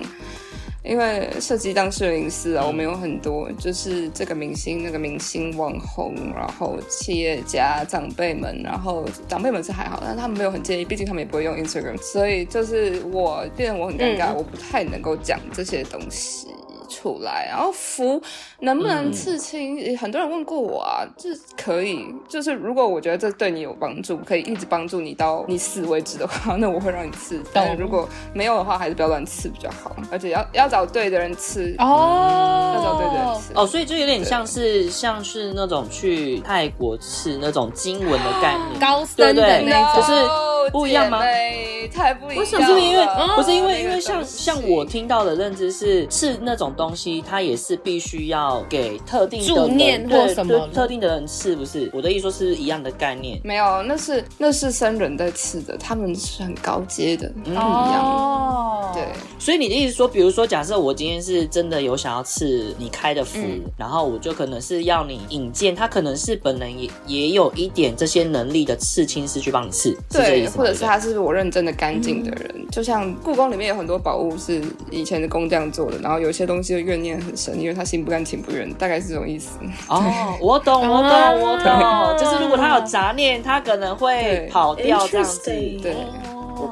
Speaker 5: 因为涉及当事人隐私啊，我们有很多就是这个明星、那个明星、网红，然后企业家、长辈们，然后长辈们是还好，但他们没有很介意，毕竟他们也不会用 Instagram，所以就是我变得我很尴尬，我不太能够讲这些东西。出来，然后服能
Speaker 2: 嗯
Speaker 5: 不能刺青？也很多人问过我啊，就是可以，就是如果我觉得这对你有帮助，可以一直帮助你到你死为止的话， 那我会让你刺。但如果没有的话，还是不要乱刺比较好，而且要要找对的人刺，要找对的人
Speaker 3: 哦，
Speaker 5: 刺。
Speaker 2: 哦，所以就有点像是像是那种去泰国吃那种经文的概念，
Speaker 3: 高僧
Speaker 2: 对
Speaker 3: 的
Speaker 2: 不对
Speaker 3: 那
Speaker 2: 就
Speaker 3: 种
Speaker 2: 是不一样吗
Speaker 5: 姐妹？太不一样了。嗯
Speaker 2: 为什么？是因为
Speaker 5: 哦
Speaker 2: 不是因为
Speaker 5: 那个
Speaker 2: 因为像
Speaker 5: 东西
Speaker 2: 像我听到的认知是是那种东西，它也是必须要给特定的
Speaker 3: 助
Speaker 2: 人
Speaker 3: 念
Speaker 2: 对
Speaker 3: 或什么
Speaker 2: 对特定的人吃，不是我的意思说是一样的概念。
Speaker 5: 没有，那是那是僧人在刺的，他们是很高阶的，
Speaker 2: 嗯
Speaker 5: 不一样。
Speaker 3: 哦，
Speaker 5: 对，
Speaker 2: 所以你的意思说，比如说，假设我今天是真的有想要刺你开的符，
Speaker 5: 嗯
Speaker 2: 然后我就可能是要你引荐，他可能是本人也也有一点这些能力的刺青师去帮你刺，是这个意
Speaker 5: 对，
Speaker 2: 思吗
Speaker 5: 或者是
Speaker 2: 对不对嗯
Speaker 5: 他是我认真的干净的人，就像故宫里面有很多宝物是以前的工匠做的，然后有些东西的怨念很深，因为他心不甘情不愿，大概是这种意思。
Speaker 2: 哦，我懂，我
Speaker 3: 啊
Speaker 2: 懂，我
Speaker 4: 哦
Speaker 2: 懂，就是如果他有杂念，他可能会
Speaker 5: 对
Speaker 2: 跑掉这样子。
Speaker 4: Interesting
Speaker 5: 对，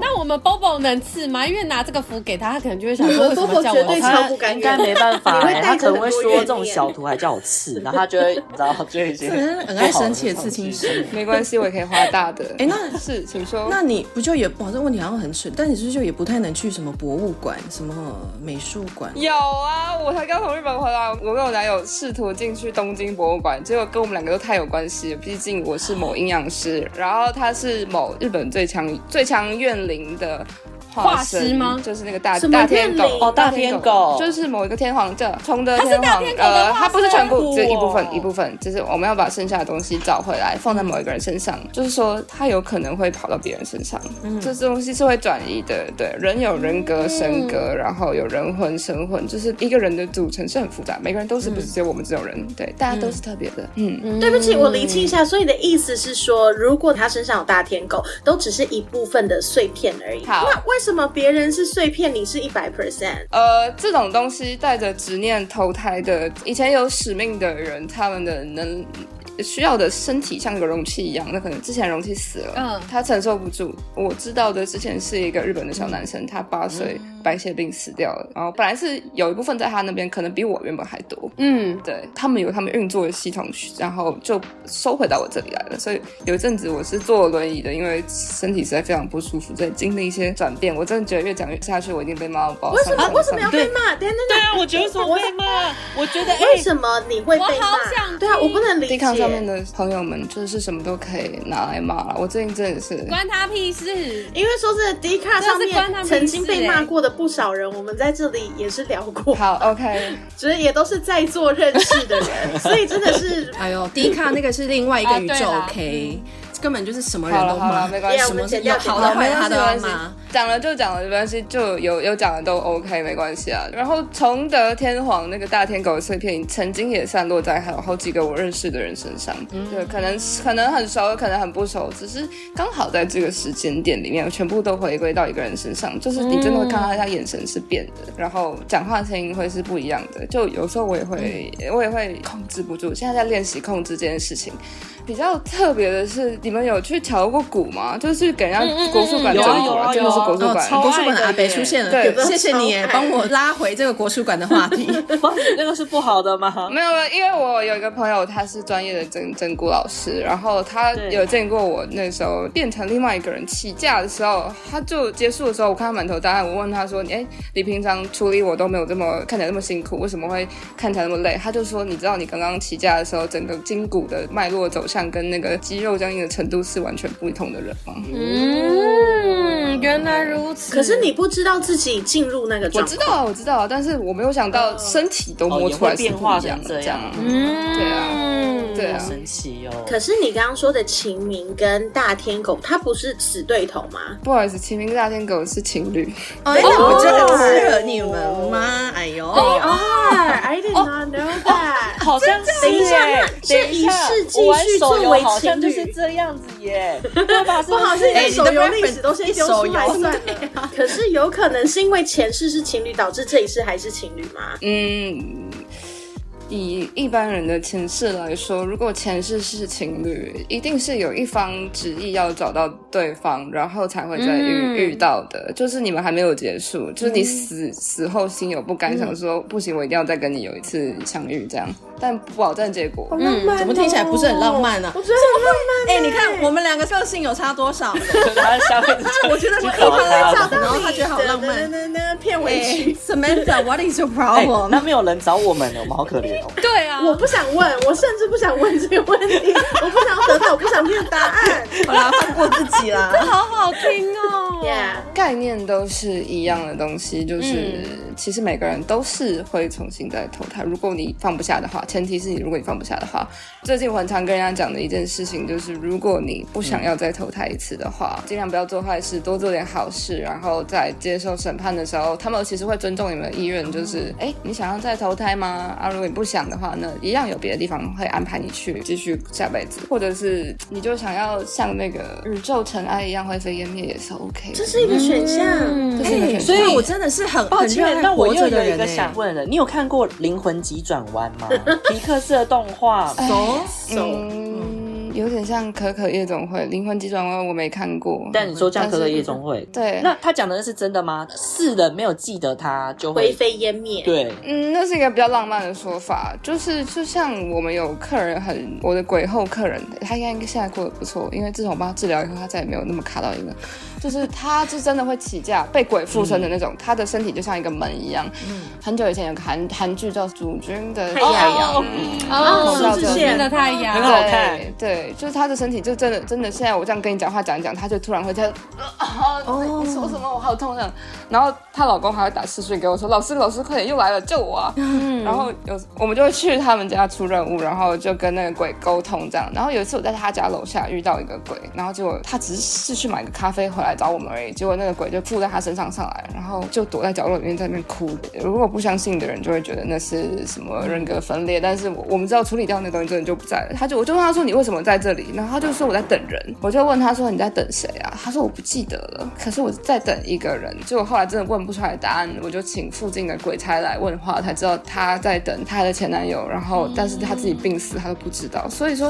Speaker 3: 那我们 Bobo 能刺吗？因为拿这个符给他，他可能就会想
Speaker 4: 你
Speaker 3: 说，
Speaker 4: 们
Speaker 3: 为什么
Speaker 4: Bobo
Speaker 3: 叫
Speaker 4: 绝
Speaker 3: 我
Speaker 4: 对
Speaker 3: 刺？
Speaker 4: 超不甘
Speaker 2: 应该
Speaker 4: 愿
Speaker 2: 没办法、
Speaker 4: 你会
Speaker 2: 欸，
Speaker 4: 带
Speaker 2: 他可能
Speaker 4: 着
Speaker 2: 会
Speaker 4: 很多
Speaker 2: 说
Speaker 4: 怨
Speaker 2: 这种
Speaker 4: 念
Speaker 2: 小图还叫我刺，然后他就会，你知道，就已 经
Speaker 1: 真的很爱生气的刺青师。
Speaker 5: 没关系，我也可以画大的。
Speaker 1: 哎那
Speaker 5: 是， 请说。
Speaker 1: 那你不就也，哇，这问题好像很蠢，但你是不是就也不太能去什么博物馆、什么美术馆？
Speaker 5: 有啊，我才刚从日本回来，我跟我男友试图进去东京博物馆，结果跟我们两个都太有关系了。毕竟我是某阴阳师，然后他是某日本最强最强怨灵的。
Speaker 3: 画师
Speaker 5: 身
Speaker 3: 吗
Speaker 5: 就是那个大
Speaker 4: 什么
Speaker 5: 大天狗
Speaker 4: 怨灵
Speaker 2: 哦大天狗
Speaker 5: 就是某一个天皇这崇德
Speaker 3: 他是
Speaker 5: 天
Speaker 3: 大
Speaker 5: 皇
Speaker 3: 天，狗的
Speaker 5: 呃，
Speaker 3: 化
Speaker 5: 他不是
Speaker 3: 身
Speaker 5: 全部，只有一部
Speaker 2: 哦
Speaker 5: 分一部分，就是我们要把剩下的东西找回来，放在某一个人身上，就是说他有可能会跑到别人身上，
Speaker 3: 嗯
Speaker 5: 这东西是会转移的。对，人有人格、神格，然后有人魂、神魂，就是一个人的组成是很复杂，每个人都是，
Speaker 3: 嗯
Speaker 5: 不是只有我们这种人，对，大家都是特别的。嗯，
Speaker 4: 对不起，我厘清一下，所以你的意思是说，如果他身上有大天狗，都只是一部分的碎片而已。
Speaker 5: 好
Speaker 4: 那为什么别人是碎片，你是一百 percent？
Speaker 5: 呃，这种东西带着执念投胎的，以前有使命的人，他们的能。需要的身体像个容器一样，那可能之前容器死了，
Speaker 3: 嗯
Speaker 5: 他承受不住。我知道的之前是一个日本的小男生，他八岁白血病死掉了，然后本来是有一部分在他那边，可能比我原本还多，
Speaker 3: 嗯，
Speaker 5: 对他们有他们运作的系统，然后就收回到我这里来了。所以有一阵子我是坐轮椅的，因为身体实在非常不舒服，在经历一些转变。我真的觉得越讲越下去，我一定被妈妈抱
Speaker 4: 为
Speaker 5: 上
Speaker 4: 什
Speaker 5: 床
Speaker 4: 么为什
Speaker 5: 上。
Speaker 4: 么要被骂？等一下
Speaker 2: 对
Speaker 4: 等
Speaker 2: 啊，
Speaker 4: 等，
Speaker 2: 我觉得我会骂，我觉得哎、
Speaker 4: 为什么你会被
Speaker 3: 我好
Speaker 4: 骂？
Speaker 3: 想
Speaker 4: 对啊，我不能理解。
Speaker 5: 抵抗上面的朋友们，就是什么都可以拿来骂了。我最近真的是
Speaker 3: 关他屁事。
Speaker 4: 因为说真的，D 卡上
Speaker 3: 这是关
Speaker 4: 面
Speaker 3: 他们
Speaker 4: 曾经
Speaker 3: 屁
Speaker 4: 被
Speaker 3: 事欸
Speaker 4: 骂过的不少人，我们在这里也是聊过，
Speaker 5: 好 OK，
Speaker 4: 只是也都是在做认识的人，所以真的是
Speaker 1: 哎呦，迪卡那个是另外一个宇宙、
Speaker 3: 啊
Speaker 1: o k 根本就是什么人
Speaker 5: 嗯好
Speaker 1: 都
Speaker 5: 了好
Speaker 1: 骂
Speaker 5: 了，，没关系。
Speaker 4: Yeah，
Speaker 1: 什么是
Speaker 4: 我们剪掉
Speaker 1: 好的坏
Speaker 5: 没
Speaker 1: 的
Speaker 5: 关
Speaker 1: 他
Speaker 5: 系，
Speaker 1: 都
Speaker 5: 没
Speaker 1: 要
Speaker 5: 关系
Speaker 1: 骂。，
Speaker 5: 讲了就讲了，没关系，就有有讲的都 OK，没关系啊。然后崇德天皇那个大天狗的碎片，曾经也散落在还有好几个我认识的人身上，
Speaker 1: 嗯
Speaker 5: 对，可能可能很熟，可能很不熟，只是刚好在这个时间点里面，全部都回归到一个人身上，就是你真的
Speaker 1: 嗯
Speaker 5: 会看到他眼神是变的，然后讲话声音会是不一样的。就有时候我也会，
Speaker 1: 嗯
Speaker 5: 我也会控制不住，现在在练习控制这件事情。比较特别的是，你们有去调过鼓吗？就是给人家国术馆
Speaker 2: 有
Speaker 5: 整
Speaker 2: 啊
Speaker 5: 蛊
Speaker 2: 有啊
Speaker 5: 啊，真的是
Speaker 2: 有啊
Speaker 5: 国术
Speaker 1: 哦，
Speaker 5: 馆。
Speaker 1: 国术馆的阿
Speaker 2: 超爱的
Speaker 1: 北
Speaker 2: 耶
Speaker 1: 出现了，
Speaker 5: 对
Speaker 1: 谢谢你耶
Speaker 4: 超爱
Speaker 1: 帮我拉回这个国术馆的话 题。
Speaker 2: 哇哎那个是不好的吗？
Speaker 5: 没有没有，因为我有一个朋友，他是专业的整整蛊老师，然后他
Speaker 2: 对
Speaker 5: 有见过我那时候变成另外一个人起价的时候，他就结束的时候，我看他满头大汗，我问他说：“哎，你平常处理我都没有这么看起来那么辛苦，为什么会看起来那么累？”他就说：“你知道你刚刚起价的时候，整个筋骨的脉络走向跟那个肌肉僵硬的程度是完全不同的人吗？”
Speaker 3: 嗯，原来如此。
Speaker 4: 可是你不知道自己进入那个
Speaker 5: 我
Speaker 4: 状
Speaker 5: 知
Speaker 4: 态。
Speaker 5: 道啊，我知道啊，但是我没有想到身体都摸出来
Speaker 2: 哦
Speaker 5: 是不一
Speaker 2: 也会变
Speaker 5: 样
Speaker 2: 化成
Speaker 5: 的，
Speaker 2: 这
Speaker 5: 这样
Speaker 2: 样。
Speaker 3: 嗯，
Speaker 5: 对啊对
Speaker 2: 好
Speaker 5: 啊
Speaker 2: 神奇哦！
Speaker 4: 可是你刚刚说的秦明跟大天狗，他不是死对头 吗？
Speaker 5: 不好意思，秦明跟大天狗是情侣。
Speaker 1: 哎，那我觉得很适合你们吗？哎呦，
Speaker 4: 哦
Speaker 1: 啊哦
Speaker 4: They are. I did not know that.
Speaker 2: 哦好像是
Speaker 4: 等一下
Speaker 2: 耶
Speaker 4: 那这
Speaker 2: 等一下
Speaker 4: 一世纪
Speaker 2: 我玩
Speaker 4: 续
Speaker 2: 手
Speaker 4: 作
Speaker 2: 游
Speaker 4: 为
Speaker 2: 好像
Speaker 4: 情
Speaker 2: 就是
Speaker 4: 侣
Speaker 2: 这样子耶，对吧？是
Speaker 4: 不好意思，你
Speaker 1: 哎
Speaker 4: 的
Speaker 1: 你
Speaker 4: 手
Speaker 1: 的
Speaker 4: 游
Speaker 1: reference
Speaker 4: 历史都先丢出来
Speaker 1: 手游
Speaker 4: 算了。可是有可能是因为前世是情侣，导致这一世还是情侣吗？
Speaker 5: 嗯，以一般人的前世来说，如果前世是情侣，一定是有一方执意要找到对方，然后才会再遇、
Speaker 3: 嗯
Speaker 5: 遇到的。就是你们还没有结束，就是你死、死后心有不甘，
Speaker 3: 嗯
Speaker 5: 想说不行，我一定要再跟你有一次相遇，这样，但不保证结果。
Speaker 1: 嗯怎么听起来不是很浪漫呢、
Speaker 2: 哦
Speaker 4: 我觉得很浪漫。
Speaker 1: 哎、你看我们两个个性有差多 少？
Speaker 2: 就是他下辈子就，
Speaker 1: 我觉得
Speaker 2: 去
Speaker 1: 我
Speaker 2: 搞
Speaker 1: 一般来
Speaker 2: 他
Speaker 1: 讲然后他觉得好浪漫
Speaker 4: 那那片尾
Speaker 1: 哎
Speaker 4: 曲。
Speaker 1: Samantha，what is your
Speaker 2: 哎
Speaker 4: 哦
Speaker 1: problem？、
Speaker 2: 那没有人找我们了，我们好可 怜哦。
Speaker 3: 对啊，
Speaker 4: 我不想问，我甚至不想问这个问题，我不想要得到，我不想听答 案。
Speaker 1: 好啦，放过自己啦。
Speaker 3: 好好听哦。
Speaker 4: Yeah，
Speaker 5: 概念都是一样的东西，就是、
Speaker 4: 嗯
Speaker 5: 其实每个人都是会重新再投胎。如果你放不下的话，前提是你如果你放不下的话，最近我很常跟人家讲的一件事情就是，如果你不想要再投胎一次的话，
Speaker 4: 嗯
Speaker 5: 尽量不要做坏事，多做点好事，然后在接受审判的时候，他们其实会尊重你们的意愿，就是
Speaker 4: 嗯
Speaker 5: 哎、诶你想要再投胎吗？啊，如果你不想的话，那一样有别的地方会安排你去继续下辈子，或者是你就想要像那个宇宙尘埃一样灰飞烟灭也是 OK 的。
Speaker 4: 这是一个选项。
Speaker 1: 嗯
Speaker 5: 这是一个选
Speaker 1: 哎所
Speaker 5: 项。
Speaker 1: 以我真的是很
Speaker 2: 抱
Speaker 1: 很热
Speaker 2: 歉，
Speaker 1: 爱
Speaker 2: 那我
Speaker 1: 活着
Speaker 2: 又有
Speaker 1: 的
Speaker 2: 一
Speaker 1: 人
Speaker 2: 个
Speaker 1: 哎、
Speaker 4: 欸
Speaker 2: 想问的，你有看过《灵魂急转弯》 吗？皮克斯的动画，
Speaker 4: 哎
Speaker 1: 走，
Speaker 5: 嗯，有点像可可夜总会，灵魂急转弯我没看过，
Speaker 2: 但你说像可可夜总会，
Speaker 5: 对，
Speaker 2: 那他讲的是真的吗？是的，没有记得他就
Speaker 4: 灰
Speaker 2: 会
Speaker 4: 飞烟灭。
Speaker 2: 对。
Speaker 5: 嗯，那是一个比较浪漫的说法，就是就像我们有客人很，我的鬼后客人，他应该现在过得不错，因为自从我帮他治疗以后，他再也没有那么卡到音了。就是他是真的会起价，被鬼附身的那种，他的身体就像一个门一样。很久以前有个韩韩剧叫《主君的太
Speaker 4: 阳
Speaker 5: 阳》，
Speaker 3: 哦，
Speaker 5: 红道哦
Speaker 4: 数字
Speaker 5: 者
Speaker 4: 线
Speaker 3: 真的太
Speaker 2: 很
Speaker 3: 阳，
Speaker 2: 好看
Speaker 5: 对，对，就是他的身体就真的真的，现在我这样跟你讲话讲一讲，他就突然会 这样，啊， 你说什么？我好痛这样。然后她老公还会打视讯给我说：“老师，老师，快点又来了，救我啊！” 然后有我们就会去他们家出任务，然后就跟那个鬼沟通这样。然后有一次我在他家楼下遇到一个鬼，然后结果他只是去买个咖啡回来找我们而已，结果那个鬼就附在他身上上来，然后就躲在角落里面在那边哭。如果不相信的人就会觉得那是什么人格分裂，但是我我们知道处理掉那东西真的就不在了。他就我就问他说：“你为什么在这里？”然后他就说：“我在等人。”我就问他说：“你在等谁啊？”他说：“我不记得了，可是我在等一个人。”结果后来真的问不出来答案，我就请附近的鬼差来问话，才知道他在等他的前男友，然后但是他自己病死，他都不知道。所以说，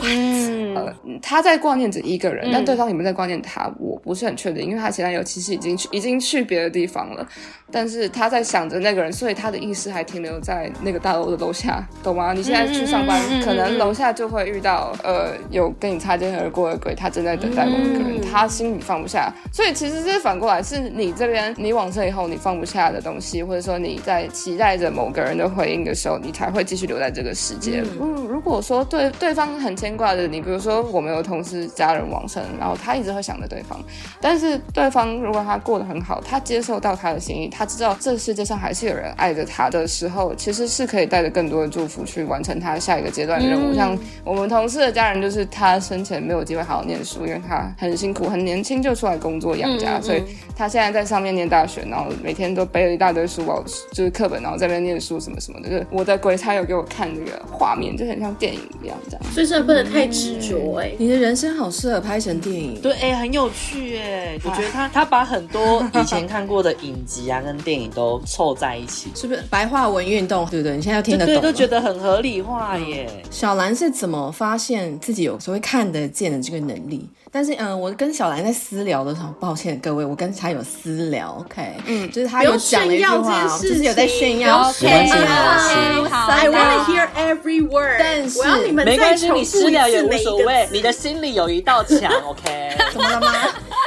Speaker 5: 呃，他在挂念着一个人，但对方有没有在挂念他，我不是很确定，因为他前男友其实已经去已经去别的地方了，但是他在想着那个人，所以他的意识还停留在那个大楼的楼下，懂吗？你现在去上班，嗯可能楼下就会遇到呃有跟你擦肩而过的鬼，他正在等待某一个人，他心里放不下，所以其实是反过来，是你这边你往生以后你放不下的东西，或者说你在期待着某个人的回应的时候，你才会继续留在这个世界。嗯，如果说对对方很牵挂着你，比如说我们有同事家人往生，然后他一直会想着对方，但是对方如果他过得很好，他接受到他的心意，他知道这世界上还是有人爱着他的时候，其实是可以带着更多的祝福去完成他下一个阶段的任务。像我们同事的家人，就是他生前没有机会好好念书，因为他很辛苦，很年轻就出来工作养家，所以他现在在上面念大学，然后每天都背了一大堆书包，就是课本，然后在那边念书什么什么的。就是我的鬼差有给我看这个画面，就很像电影一样这样。
Speaker 4: 所以真的不能太执着哎。
Speaker 1: 你的人生好适合拍成电影。
Speaker 2: 对，哎、很有趣哎！我觉得他他把很多以前看过的影集啊，跟电影都凑在一起，
Speaker 1: 是不是白话文运动？对不对？你现在又听得懂
Speaker 2: 哎
Speaker 1: 啊了。
Speaker 2: 对，都觉得很合理化耶。
Speaker 1: 小兰是怎么发现自己有所谓看得见的这个能力？但是，嗯，我跟小兰在私聊的时候，抱歉各位，我跟她有私聊，OK，嗯，就是她
Speaker 4: 不
Speaker 1: 有
Speaker 4: 用
Speaker 1: 讲了一
Speaker 4: 炫
Speaker 1: 句
Speaker 4: 耀这
Speaker 1: 话
Speaker 4: 件
Speaker 1: 哦，
Speaker 4: 事
Speaker 1: 就
Speaker 4: 情，
Speaker 1: 是有在炫耀。
Speaker 2: 没关系没关系
Speaker 3: OK，好
Speaker 4: I
Speaker 3: 的
Speaker 4: wanna hear every word，
Speaker 1: 但是
Speaker 4: 我要你们
Speaker 2: 没
Speaker 4: 再
Speaker 2: 关系，
Speaker 4: 重
Speaker 2: 你
Speaker 4: 复
Speaker 2: 私
Speaker 4: 一
Speaker 2: 聊也
Speaker 4: 次
Speaker 2: 无
Speaker 4: 每一
Speaker 2: 所谓
Speaker 4: 个，
Speaker 2: 你
Speaker 4: 字。
Speaker 2: 的心里有一道墙，OK？
Speaker 1: 怎么了吗？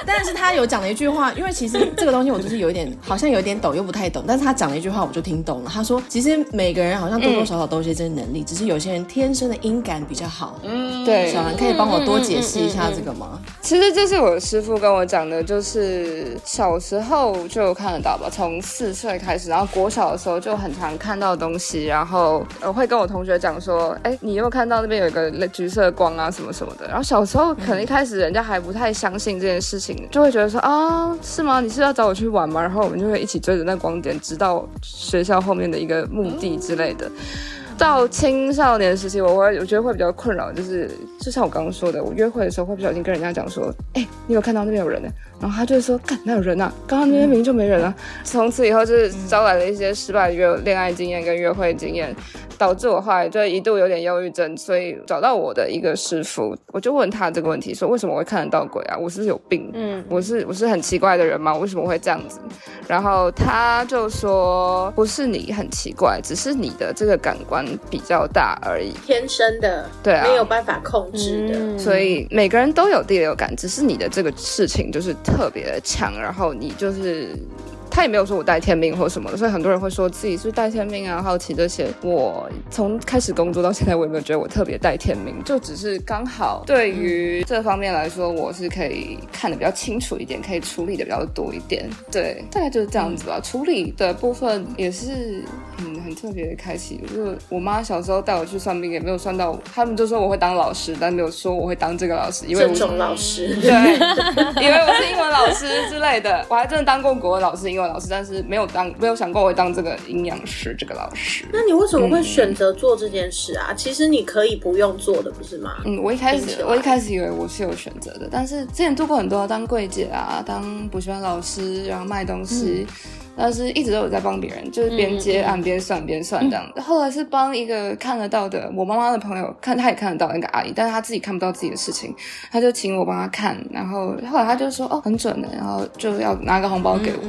Speaker 1: 但是她有讲了一句话，因为其实这个东西我就是有一点，好像有一点懂又不太懂，但是她讲了一句话我就听懂了。她说，其实每个人好像多多少少都有一些这些能力，只是有些人天生的音感比较好。嗯，
Speaker 5: 对，
Speaker 1: 小兰可以帮我多解释一下这个吗？
Speaker 5: 其实这是我师傅跟我讲的，就是小时候就有看得到吧，从四岁开始，然后国小的时候就很常看到东西，然后呃会跟我同学讲说，哎，你有没有看到那边有一个橘色的光啊什么什么的。然后小时候可能一开始人家还不太相信这件事情，就会觉得说啊是吗？你是要找我去玩吗？然后我们就会一起追着那光点，直到学校后面的一个墓地之类的。到青少年时期，我会我觉得会比较困扰，就是就像我刚刚说的，我约会的时候会不小心跟人家讲说，哎、你有看到那边有人呢、然后他就会说，干哪有人啊？刚刚那边明明就没人啊。 从此以后就是招来了一些失败的约恋爱经验跟约会经验，导致我后来就一度有点忧郁症，所以找到我的一个师傅，我就问他这个问题，说为什么我会看得到鬼啊？我是不是有病？
Speaker 3: 嗯
Speaker 5: 我是我是很奇怪的人吗？为什么会这样子？然后他就说不是你很奇怪，只是你的这个感官比较大而已。
Speaker 4: 天生的，
Speaker 5: 对啊
Speaker 4: 没有办法控制的。
Speaker 3: 嗯，
Speaker 5: 所以每个人都有第六感，只是你的这个事情就是特别的强，然后你就是。他也没有说我带天命或什么的，所以很多人会说自己是带天命啊、好奇这些。我从开始工作到现在，我也没有觉得我特别带天命，就只是刚好对于这方面来说，我是可以看得比较清楚一点，可以处理的比较多一点。对，大概就是这样子吧。处理的部分也是嗯很特别的开启，就是我妈小时候带我去算命，也没有算到我，他们就说我会当老师，但没有说我会当这个老师，因为
Speaker 4: 这
Speaker 5: 我是
Speaker 4: 种老师，
Speaker 5: 对， 以为我是英文老师之类的，我还真的当过国文老师、英文老师，但是没有当没有想过我会当这个营养师这个老师。
Speaker 4: 那你为什么会选择做这件事啊？其实你可以不用做的，不是吗？
Speaker 5: 嗯，我一开
Speaker 4: 听起
Speaker 5: 始
Speaker 4: 来
Speaker 5: 我一开始以为我是有选择的，但是之前做过很多，当柜姐啊，当补习班老师，然后卖东西，但是一直都有在帮别人，就是边接案边算边算这样。 后来是帮一个看得到的我妈妈的朋友看，她也看得到那个阿姨，但是她自己看不到自己的事情，她就请我帮她看，然后后来她就说哦很准的，然后就要拿个红包给我，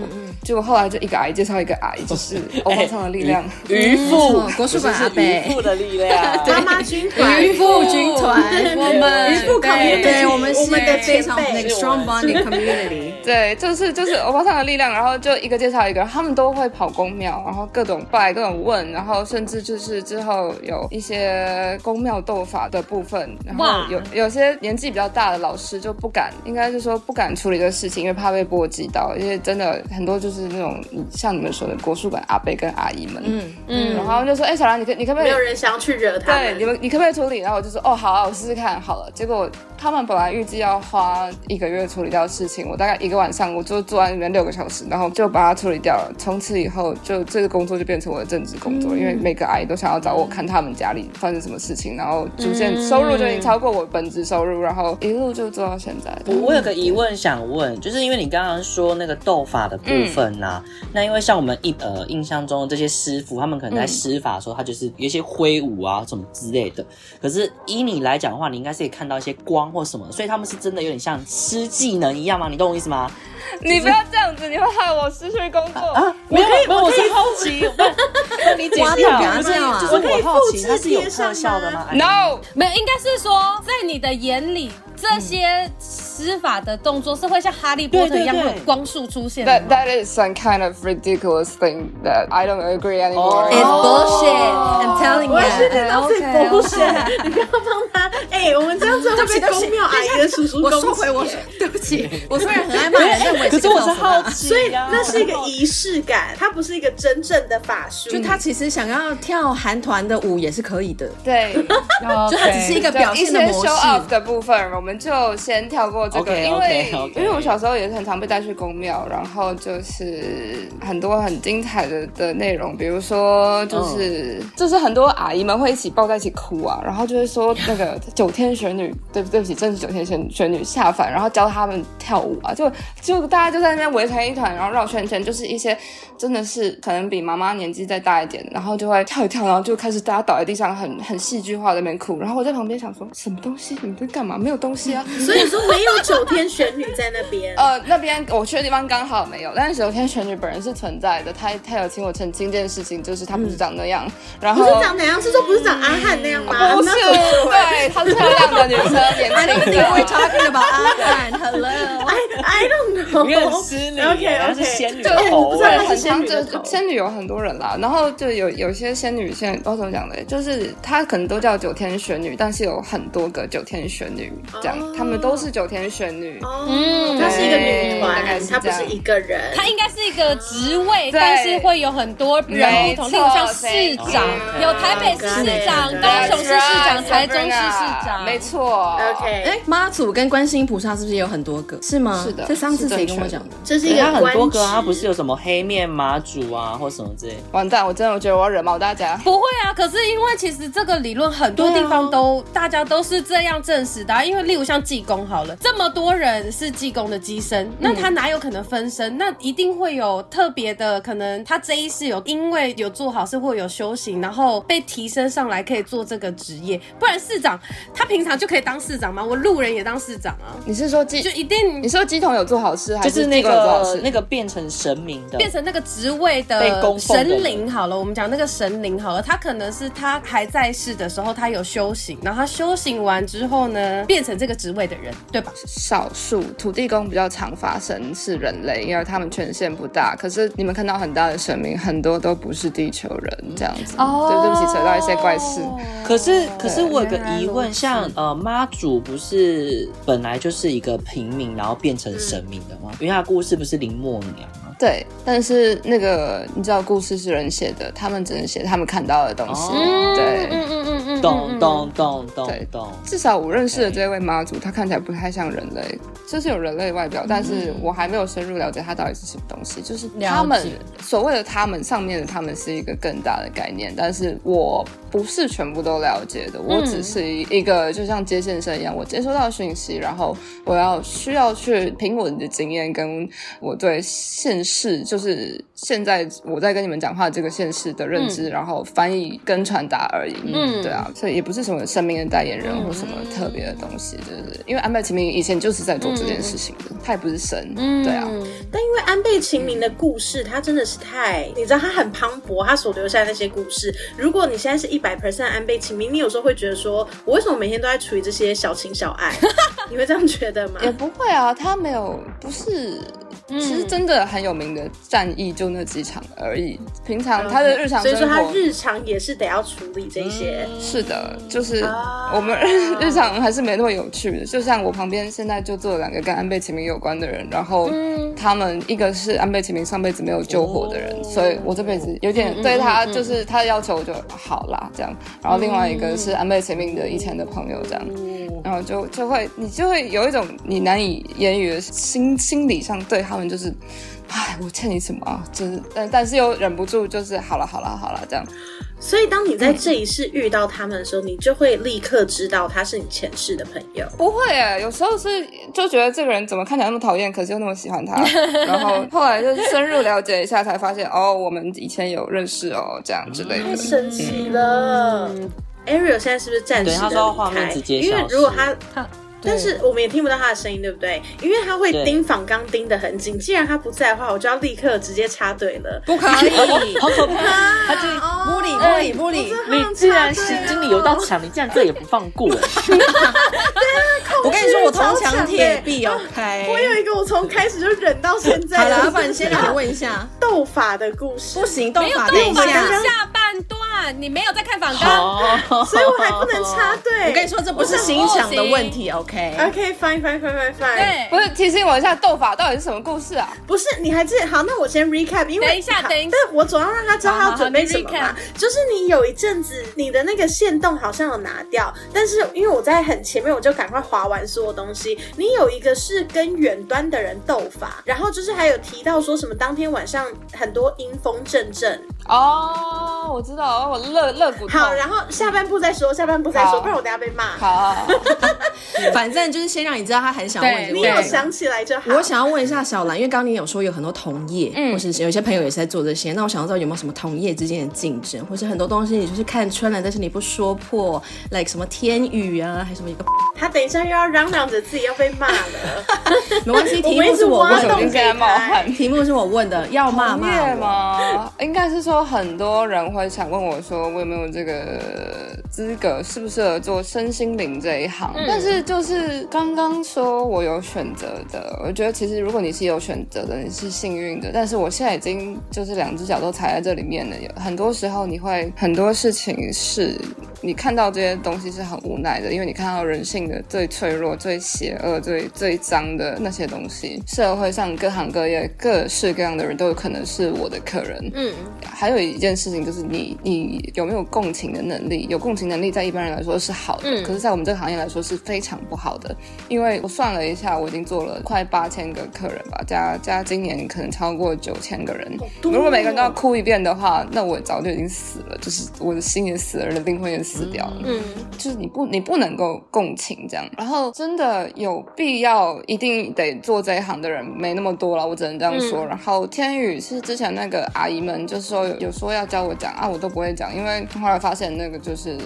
Speaker 5: 结果后来就一个阿姨介绍一个阿姨，就是欧巴桑的力量。
Speaker 2: 渔
Speaker 1: 没
Speaker 2: 夫
Speaker 1: 错，国术馆
Speaker 2: 不
Speaker 1: 阿
Speaker 2: 是是
Speaker 1: 贝
Speaker 2: 渔夫的力 量，
Speaker 4: 妈妈军团，
Speaker 1: 渔夫军团， 我们
Speaker 4: 渔夫 community，
Speaker 1: 对， 对我们
Speaker 4: 我们的
Speaker 1: 是非常
Speaker 4: 前辈
Speaker 1: like strong bonding community。
Speaker 5: 对，就是就是欧巴桑的力量，然后就一个介绍一个，他们都会跑公庙，然后各种拜，各种问，然后甚至就是之后有一些公庙斗法的部分，然后
Speaker 3: 哇
Speaker 5: 有有些年纪比较大的老师就不敢，应该是说不敢处理这个事情，因为怕被波及到，因为真的很多就是那种像你们说的国术馆阿伯跟阿姨们，嗯嗯，然后就说，哎、小兰，你可你可不可
Speaker 4: 没
Speaker 5: 以
Speaker 4: 有人想要去惹他
Speaker 5: 对，你
Speaker 4: 们。
Speaker 5: 们你可不可以处理？然后我就说哦，好啊，我试试看好了。结果他们本来预计要花一个月处理掉的事情，我大概一个晚上我就坐在那边六个小时，然后就把它处理掉了。从此以后，就这个工作就变成我的正职工作，因为每个阿姨都想要找我看他们家里发生什么事情，然后逐渐收入就已经超过我本职收入，然后一路就做到现在。
Speaker 2: 我我有个疑问想问，就是因为你刚刚说那个斗法的部分呐、那因为像我们一呃印象中的这些师傅，他们可能在施法的时候，他就是有一些挥舞啊什么之类的。可是依你来讲的话，你应该是可以看到一些光或什么，所以他们是真的有点像施技能一样吗？你懂我意思吗？
Speaker 5: 你不要这样子，你会害我失去工作。
Speaker 2: 啊没有，没哦有，我是好奇， 不是那你解
Speaker 1: 挖
Speaker 2: 释
Speaker 1: 洞给
Speaker 2: 啊，
Speaker 1: 他
Speaker 2: 不是
Speaker 1: 跳啊
Speaker 2: 就是我好奇，
Speaker 4: 我可以复制
Speaker 2: 它是有
Speaker 4: 贴上
Speaker 2: 特效的吗
Speaker 4: 吗
Speaker 2: 哎
Speaker 5: No，
Speaker 3: 没有，应该是说，在你的眼里，这些施法的动作是会像哈利波特一样
Speaker 2: 对对
Speaker 3: 会
Speaker 2: 对
Speaker 3: 有光束出现的
Speaker 5: that
Speaker 3: 吗。
Speaker 5: that is some kind of ridiculous thing that I don't agree anymore.
Speaker 1: It's
Speaker 2: Oh.
Speaker 1: bullshit.
Speaker 3: 哦
Speaker 1: I'm telling
Speaker 4: 我也是觉
Speaker 1: you.
Speaker 4: 得最
Speaker 5: OK，OK
Speaker 4: 狗血，你不要帮他。哎，我们这样子会被公庙阿姨的叔叔
Speaker 1: 我收
Speaker 4: 攻击
Speaker 1: 回，。我对不起，我虽然很爱骂人，但我也
Speaker 2: 可
Speaker 1: 是
Speaker 2: 是
Speaker 1: 个
Speaker 2: 我
Speaker 1: 老
Speaker 2: 是
Speaker 1: 师
Speaker 2: 好
Speaker 1: 嘛。
Speaker 2: 奇、啊，
Speaker 4: 所以哎那是一个
Speaker 2: 我好奇
Speaker 4: 仪式感，它不是一个真正的法术。
Speaker 1: 就他其实想要跳韩团的舞也是可以的，
Speaker 5: 对，
Speaker 3: 哦
Speaker 1: 就它只是一个表现的
Speaker 5: 一些
Speaker 1: 模式
Speaker 5: show off 的部分，我们就先跳过这个
Speaker 2: OK，OK，
Speaker 5: 因为
Speaker 2: OK
Speaker 5: 因为我小时候也是很常被带去公庙，然后就是很多很精彩的的内容，比如说
Speaker 1: 嗯
Speaker 5: 就是、就是很多阿姨们会一起抱在一起哭啊，然后就会说那个九天玄女，对对不起，真是九天玄玄女下凡，然后教他们跳舞啊，就就大家就在那边围成一团，然后绕圈圈，就是一些真的是可能比妈妈年纪再大一点，然后就会跳一跳，然后就开始大家倒在地上很，很戏剧化的那边哭。然后我在旁边想说，什么东西？你们在干嘛？没有东西 啊。
Speaker 4: 所以说没有九天玄女在那 边。
Speaker 2: 哦
Speaker 5: 呃，那边我去的地方刚好没有，但是九天玄女本人是存在的，她她有请我澄清这件事情，就是她不是长那样，然后
Speaker 4: 嗯不是长哪样？是说不是长阿汉那样吗？
Speaker 2: 哦
Speaker 5: 不是，
Speaker 4: 那怎么会
Speaker 5: 对，她是漂亮的女生，
Speaker 1: I
Speaker 5: 年
Speaker 1: don't
Speaker 5: 轻
Speaker 1: think we're
Speaker 5: 的。
Speaker 1: talking about 阿汉，Hello。
Speaker 4: I I don't know。
Speaker 2: 没有失礼，
Speaker 4: OK
Speaker 2: 然后是
Speaker 4: OK。
Speaker 2: 仙女
Speaker 5: 就
Speaker 2: 头
Speaker 4: 知道
Speaker 5: 对，
Speaker 2: 欸，
Speaker 5: 很
Speaker 4: 仙
Speaker 5: 常
Speaker 4: 女的
Speaker 5: 就
Speaker 4: 头
Speaker 5: 仙女有很多人啦，然后就有有些仙女现在不知道怎么讲的，就是她可能都叫九天玄女，但是有很多个九天玄女这样，她们都是九天玄女。
Speaker 4: 哦
Speaker 3: 嗯，
Speaker 4: 它是一个女
Speaker 5: 大概
Speaker 4: 团，
Speaker 5: 是
Speaker 4: 它
Speaker 5: 这
Speaker 4: 不
Speaker 5: 样
Speaker 4: 是一个人。
Speaker 3: 它应该是一个职位，
Speaker 5: 对
Speaker 3: 但是会有很多人不同，
Speaker 5: 没错
Speaker 3: 例如像市长
Speaker 5: 对，
Speaker 3: 有台北市市长、
Speaker 4: 对
Speaker 3: 高雄市市长、
Speaker 5: That's right，
Speaker 3: 台中市市市长
Speaker 5: 没错。
Speaker 4: OK，
Speaker 1: 哎，妈祖跟观世音菩萨是不是也有很多个？是吗？
Speaker 5: 是的
Speaker 1: 这上次
Speaker 5: 是正
Speaker 1: 谁跟我
Speaker 5: 确的
Speaker 1: 讲的？
Speaker 4: 这是一
Speaker 2: 对
Speaker 4: 个
Speaker 2: 它很多个啊，
Speaker 4: 官
Speaker 2: 它
Speaker 4: 职
Speaker 2: 不是有什么黑面马祖啊，或什么之类的。
Speaker 5: 完蛋，我真的我觉得我要惹毛大家。
Speaker 3: 不会啊，可是因为其实这个理论很多地方都、大家都是这样证实的、啊，因为例如像济公好了，这么多人是济公的机身，那他哪有可能分身？那一定会有特别的，可能他这一世有因为有做好事或有修行，然后被提升上来可以做这个职业，不然市长他平常就可以当市长吗？我路人也当市长啊，
Speaker 5: 你是说
Speaker 3: 就
Speaker 5: 鸡？
Speaker 3: 一定
Speaker 5: 你是说鸡桶有做好事，还
Speaker 2: 就是那
Speaker 5: 鸡公有做好
Speaker 2: 个
Speaker 5: 事？
Speaker 2: 那个变成神明的，
Speaker 3: 变成那个职位
Speaker 2: 被供
Speaker 3: 的
Speaker 2: 奉的人
Speaker 3: 神灵好了，我们讲那个神灵好了，他可能是他还在世的时候，他有修行，然后他修行完之后呢，变成这个职位的人，对吧？
Speaker 5: 少数土地公比较常发生是人类，因为他们权限不大。可是你们看到很大的神明，很多都不是地球人这样子。
Speaker 3: 哦
Speaker 5: 对，对不起，扯到一些怪事。
Speaker 2: 可是，可是我有个
Speaker 3: 原来
Speaker 2: 疑
Speaker 3: 如
Speaker 2: 问，
Speaker 3: 此
Speaker 2: 像呃妈祖不是本来就是一个平民，然后变成神明的吗？因为她的故事不是林默娘吗？
Speaker 5: 对，但是那个你知道，故事是人写的，他们只能写他们看到的东西。
Speaker 2: 哦
Speaker 5: 对，
Speaker 3: 嗯嗯嗯嗯，
Speaker 2: 咚咚咚
Speaker 5: 对
Speaker 2: 咚咚，
Speaker 5: 至少我认识的这位妈祖，她看起来不太像人类，就是有人类外表，但是我还没有深入了解她到底是什么东西。就是
Speaker 3: 嗯
Speaker 5: 他
Speaker 3: 了
Speaker 5: 们
Speaker 3: 解
Speaker 5: 所谓的他们上面的他们是一个更大的概念，但是我不是全部都了解的，我只是一个就像接线生一样，我接收到讯息，然后我要需要去凭我的经验跟我对现世，就是现在我在跟你们讲话这个现世的认知，然后翻译跟传达而已。
Speaker 3: 嗯
Speaker 5: 对啊，所以也不是什么生命的代言人或什么特别的东西，就是因为安倍晴明以前就是在做这件事情的，他也不是神，对啊。
Speaker 4: 但因为安倍晴明的故事，它真的是太，你知道，它很磅礴，它所留下的那些故事。如果你现在是一百 percent 安倍晴明，你有时候会觉得说，我为什么每天都在处理这些小情小 爱？你会这样觉得吗？
Speaker 5: 也不会啊，他没有，不是，
Speaker 4: 嗯
Speaker 5: 其实真的很有名的战役就那几场而已。平常他的日常
Speaker 4: 所
Speaker 5: 生
Speaker 4: 以
Speaker 5: 活，
Speaker 4: 说他日常也是得要处理这些。
Speaker 5: 是的，就是
Speaker 4: 啊
Speaker 5: 我们日常还是没那么有趣的。就像我旁边现在就坐了两个跟安倍晴明有关的人，然后他们一个是安倍晴明上辈子没有救火的人，所以我这辈子有点对他就是他的要求我就好啦这样。然后另外一个是安倍晴明的以前的朋友这样，然后就就会你就会有一种你难以言语的心心理上对他们就是。哎，我欠你什么啊？就是，但但是又忍不住，就是好了，好了，好了，这样。
Speaker 4: 所以当你在这一世遇到他们的时候，你就会立刻知道他是你前世的朋友。
Speaker 5: 不会哎，有时候是就觉得这个人怎么看起来那么讨厌，可是又那么喜欢 他，然后后来就深入了解一下，才发现哦，我们以前有认识哦，这样之类
Speaker 2: 嗯
Speaker 4: 太
Speaker 5: 的。
Speaker 4: 神奇了、a r i e l 现在是不是暂时
Speaker 2: 对他
Speaker 4: 的
Speaker 2: 说画
Speaker 4: 离
Speaker 2: 面
Speaker 4: 开？
Speaker 2: 直接
Speaker 4: 因为
Speaker 2: 消
Speaker 4: 如果
Speaker 2: 失
Speaker 4: 他但是我们也听不到他的声音，对不对？因为他会
Speaker 2: 对
Speaker 4: 盯仿钢盯得很紧。既然他不在的话，我就要立刻直接插队了。
Speaker 1: 不可以，
Speaker 2: 好可怕！他就
Speaker 1: 不理不理不理。
Speaker 2: 你既然心经里有道墙，你竟然这也不放过，
Speaker 1: 我跟你说，我铜墙铁
Speaker 4: 壁。
Speaker 1: 壁要开。
Speaker 4: 我有一个，我从开始就忍到现在
Speaker 1: 好
Speaker 4: 的。
Speaker 1: 啦，不然先 让你问一下，
Speaker 4: 斗法的故事
Speaker 1: 不，行，动
Speaker 3: 没有
Speaker 1: 法
Speaker 3: 动
Speaker 1: 一
Speaker 3: 法
Speaker 1: 下。
Speaker 3: 的下半段，你没有在看反纲。
Speaker 2: 好，
Speaker 4: 所以我 还不 能插 队。
Speaker 1: 我跟你说，这不是心想的问题，OK？
Speaker 4: ，OK，fine fine fine fine fine。
Speaker 3: 对，
Speaker 5: 不是提醒我一下，斗法到底是什么故事啊？
Speaker 4: 不是，你还记得？好，那我先 recap，因为
Speaker 3: 等一下
Speaker 4: 好
Speaker 3: 等一下
Speaker 4: 但我总要让他知道
Speaker 3: 好
Speaker 4: 他
Speaker 3: 好
Speaker 4: 要
Speaker 3: 好
Speaker 4: 准备
Speaker 3: 你
Speaker 4: 什么
Speaker 3: recap
Speaker 4: 嘛。就是你有一阵子你的那个线动好像有拿掉，但是因为我在很前面，我就赶快划完所有东西。你有一个是跟远端的人斗法，然后就是还有提到说什么当天晚上很多阴风阵阵。
Speaker 5: 哦，我知道，我肋肋骨痛。
Speaker 4: 好，然后下半部再说，下半部再说，
Speaker 5: 好
Speaker 4: 不然我等下被骂。
Speaker 5: 好，
Speaker 1: 反正就是先让你知道他很想问
Speaker 3: 对
Speaker 1: 你
Speaker 4: 你
Speaker 1: 问
Speaker 4: 有
Speaker 1: 题。
Speaker 4: 想起来就好。
Speaker 1: 我想要问一下小兰，因为刚刚你有说有很多同业，或是有些朋友也是在做这些，那我想要知道有没有什么同业之间的竞争，或是很多东西你就是看穿了，但是你不说破，like 什么天宇啊，还是什么 一个，
Speaker 4: 他等一下又要嚷嚷着自己要被骂 了。
Speaker 1: 没关系，
Speaker 4: 我
Speaker 1: 题
Speaker 4: 们一
Speaker 1: 目
Speaker 4: 直
Speaker 1: 是我
Speaker 4: 挖
Speaker 1: 问
Speaker 5: 手
Speaker 4: 洞
Speaker 5: 心
Speaker 1: 的，
Speaker 5: 现在冒汗。
Speaker 1: 题目是我问的，要骂
Speaker 5: 同
Speaker 1: 骂我。
Speaker 5: 业吗？应该是说很多人会想问我说，我有没有这个资格，适不适合做身心灵这一行？
Speaker 1: 嗯
Speaker 5: 但是就是刚刚说我有选择的，我觉得其实如果你是有选择的，你是幸运的。但是我现在已经就是两只脚都踩在这里面了，有很多时候你会很多事情是你看到这些东西是很无奈的，因为你看到人性的最脆弱、最邪恶、最最脏的那些东西。社会上各行各业、各式各样的人都有可能是我的客人。
Speaker 4: 嗯，
Speaker 5: 还有一件事情就是你，你有没有共情的能力？有共情能力，在一般人来说是好的，
Speaker 4: 嗯
Speaker 5: 可是，在我们这个行业来说是非常不好的。因为我算了一下，我已经做了快八千个客人吧，加加今年可能超过九千个人。
Speaker 4: 多哦
Speaker 5: 如果每个人都要哭一遍的话，那我早就已经死了，就是我的心也死了，我的灵魂也死掉了。
Speaker 4: 嗯，
Speaker 5: 就是你不你不能够共情这样。然后真的有必要一定得做这一行的人没那么多了，我只能这样
Speaker 3: 嗯
Speaker 5: 说。然后天宇是之前那个阿姨们就说有有说要教我讲啊，我都不会讲，因为后来发现那个就是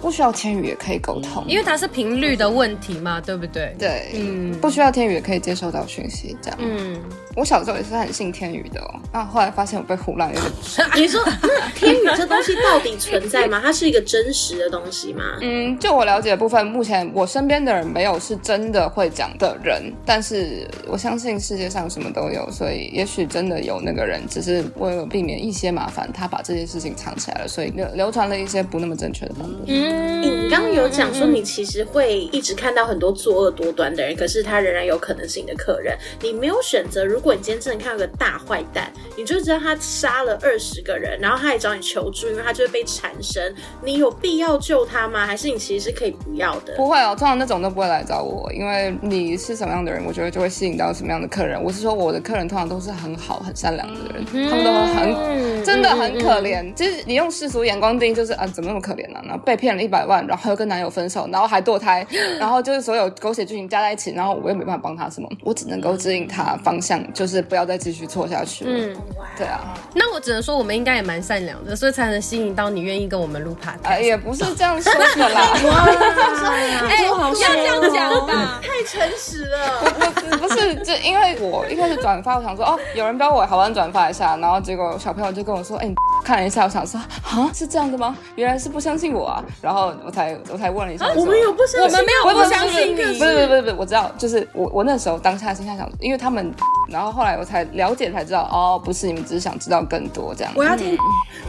Speaker 5: 不需要天宇也可以沟通。
Speaker 3: 因为它是频率的问题嘛，对不对？
Speaker 5: 对，
Speaker 3: 嗯
Speaker 5: 不需要天宇也可以接收到讯息，这样。
Speaker 3: 嗯，
Speaker 5: 我小时候也是很信天宇的哦，啊，后来发现我被胡乱有点
Speaker 4: 你说那天宇这东西到底存在吗？它是一个真实的东西吗？
Speaker 5: 嗯，就我了解的部分，目前我身边的人没有是真的会讲的人，但是我相信世界上什么都有，所以也许真的有那个人，只是为了避免一些麻烦，他把这件事情藏起来了，所以流流传了一些不那么正确的方面。
Speaker 4: 欸你刚刚有讲说，你其实会一直看到很多作恶多端的人，可是他仍然有可能是你的客人。你没有选择，如果你今天真的看到个大坏蛋，你就知道他杀了二十个人，然后他也找你求助，因为他就会被缠身。你有必要救他吗？还是你其实是可以不要的？
Speaker 5: 不会哦，通常那种都不会来找我，因为你是什么样的人，我觉得就会吸引到什么样的客人。我是说，我的客人通常都是很好、很善良的人，他们都很
Speaker 3: 嗯
Speaker 5: 真的很可怜。就是你用世俗眼光定义，就是啊，怎么那么可怜呢、然后被骗了一百万，然后又跟男友分手，然后还 堕胎，然后就是所有狗血剧情加在一起，然后我又没办法帮他什么，我只能够指引他方向，就是不要再继续错下去了。
Speaker 3: 嗯，
Speaker 5: 对啊，
Speaker 3: 那我只能说我们应该也蛮善良的，所以才能吸引到你愿意跟我们录 p
Speaker 5: 啊、也不是这样说 的啦，
Speaker 1: 哎
Speaker 3: 要这样讲吧，
Speaker 4: 太诚实了。
Speaker 5: 不不是，就因为我一开始转发，我想说哦，有人标我，好玩转发一下，然后结果小朋友就跟我说，哎、你看了一下，我想说啊，是这样的吗？原来是不相信我啊，然后我才我才问了一下，
Speaker 4: 我们有不相信，
Speaker 3: 我们没有
Speaker 5: 不是
Speaker 3: 不
Speaker 5: 不是
Speaker 3: 相信你
Speaker 5: 不是不是不是不是，我知道，就是我我那时候当下心下想，因为他们，然后后来我才了解才知道，哦，不是你们只是想知道更多这样。
Speaker 1: 我要听，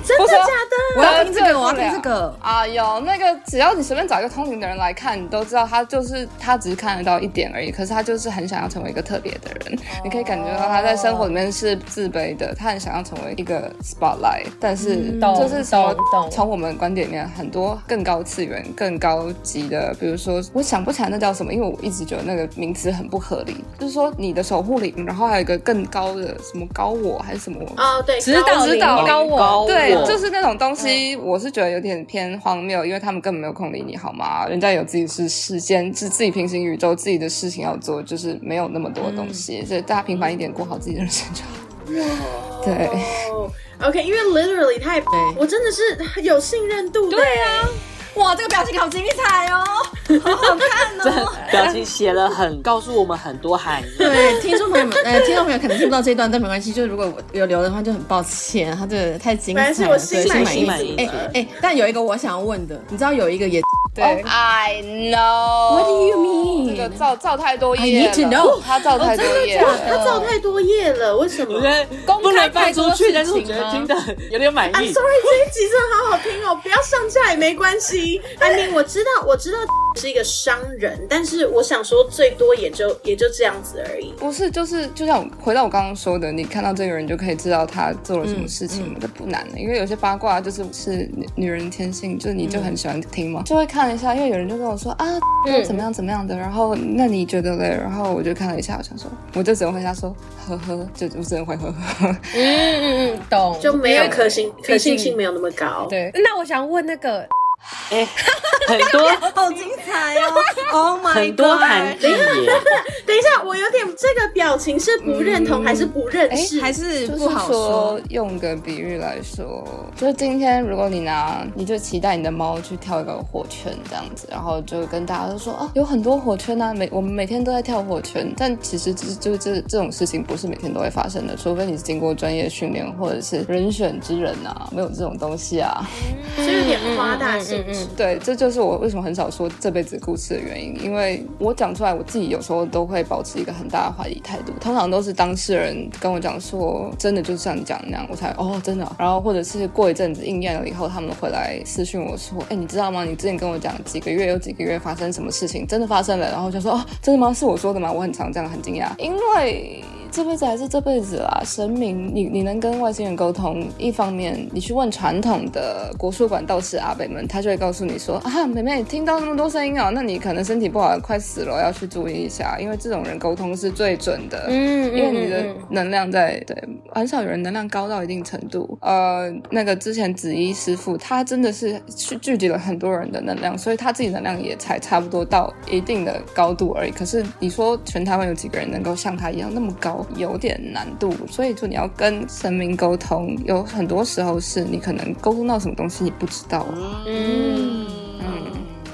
Speaker 4: 真的
Speaker 5: 不是
Speaker 4: 假
Speaker 5: 啊
Speaker 4: 的？
Speaker 1: 我要听这
Speaker 5: 得
Speaker 1: 个，
Speaker 5: 罪不
Speaker 1: 我要听
Speaker 5: 了
Speaker 1: 这个。
Speaker 5: 啊，有那个，只要你随便找一个通灵的人来看，你都知道他就是他，只是看得到一点而已。可是他就是很想要成为一个特别的人，你可以感觉到他在生活里面是自卑的，他很想要成为一个 spotlight，但是
Speaker 3: 嗯懂
Speaker 5: 就是什么
Speaker 3: 哦懂懂
Speaker 5: 从我们观点里面，很多更高次元、更高级的，比如说我想不起来那叫什么，因为我一直觉得那个名词很不合理，就是说你的守护灵，然后还有一个更高的什么高我还是什么
Speaker 4: 哦，对，
Speaker 3: 指导
Speaker 5: 指导
Speaker 3: 高我，
Speaker 5: 对
Speaker 2: 我，
Speaker 5: 就是那种东西，我是觉得有点偏荒谬，因为他们根本没有空理你，好吗？人家有自己是世间，是自己平行宇宙自己的事情要做，就是没有那么多东西，所以大家平凡一点，过好自己的人生就好。对，
Speaker 4: 哦 OK，因为 literally 太，我真的是有信任度的。对啊，
Speaker 1: 哇，这个表情好精彩哦，好好看
Speaker 2: 这
Speaker 1: 哦。
Speaker 2: 表情写了很，告诉我们很多含义。
Speaker 1: 对，听众朋友 们，呃，听众朋友可能听不到这一段，但没关系，就是如果我有留的话，就很抱歉，他这个太精彩了，
Speaker 4: 没关系我
Speaker 1: 对
Speaker 4: 心满
Speaker 1: 心满
Speaker 2: 意足
Speaker 1: 哎
Speaker 2: 了
Speaker 1: 哎，但有一个我想问的，你知道有一个也
Speaker 5: 对、i know。
Speaker 1: What do you mean？
Speaker 5: 这个造造太多
Speaker 1: I
Speaker 5: 业
Speaker 1: need to know
Speaker 5: 了，他造太多
Speaker 3: 哦
Speaker 5: 业
Speaker 3: 啊
Speaker 5: 了。
Speaker 4: 他造太多啊业了，为什
Speaker 2: 我
Speaker 4: 么
Speaker 2: 觉？得不能放出去，但是我觉得
Speaker 3: 公
Speaker 2: 听的有点满
Speaker 4: I'm
Speaker 2: 意。
Speaker 4: sorry，这一集真的好好听哦，不要上架也没关系。I mean，我知道，我知道是一个商人，但是我想说，最多也就也就这样子而已。
Speaker 5: 不是，就是就像我回到我刚刚说的，你看到这个人就可以知道他做了什么事情，这不难的。因为有些八卦就是是女女人天性，就是你就很喜欢听嘛，就会看一下。因为有人就跟我说啊，怎么样怎么样的，然后那你觉得嘞？然后我就看了一下，我想说，我就只能回答说呵呵，就我只能回呵呵。
Speaker 3: 嗯嗯嗯，懂，
Speaker 4: 就没有可信可信性
Speaker 3: 毕竟
Speaker 4: 没有那么高，
Speaker 3: 对。那我想问那个，
Speaker 2: 哎、很多
Speaker 1: 好精彩哦，Oh my
Speaker 2: 很多含义 耶。
Speaker 4: 等一下，我有点这个表情是不认同还是不认识？
Speaker 1: 还是
Speaker 5: 就是
Speaker 1: 不好
Speaker 5: 说，用个比喻来说，就是今天如果你拿，你就期待你的猫去跳一个火圈这样子，然后就跟大家都说啊，有很多火圈啊，每我们每天都在跳火圈，但其实就是就是这这种事情不是每天都会发生的，除非你是经过专业训练或者是人选之人啊，没有这种东西啊。
Speaker 4: 就有点夸大
Speaker 3: 嗯
Speaker 4: 性质。
Speaker 5: 对，这就是我为什么很少说这辈子故事的原因，因为我讲出来，我自己有时候都会保持一个很大的怀疑态度。通常都是当事人跟我讲说，真的就是像你讲的那样，我才哦，真的啊、然后或者是过一阵子应验了以后，他们回来私讯我说，哎，你知道吗？你之前跟我讲几个月有几个月发生什么事情，真的发生了。然后我就说，哦，真的吗？是我说的吗？我很常这样，很惊讶，因为。这辈子还是这辈子啦，神明，你你能跟外星人沟通，一方面你去问传统的国术馆道士阿北们，他就会告诉你说啊，妹妹，听到那么多声音啊，那你可能身体不好，快死了，要去注意一下，因为这种人沟通是最准的，
Speaker 3: 嗯，
Speaker 5: 因为你的
Speaker 3: 嗯嗯
Speaker 5: 能量在对，很少有人能量高到一定程度。呃，那个之前紫衣师傅他真的是去聚集了很多人的能量，所以他自己能量也才差不多到一定的高度而已。可是你说全台湾有几个人能够像他一样那么高，有点难度。所以说你要跟神明沟通，有很多时候是你可能沟通到什么东西你不知道啊。
Speaker 3: 嗯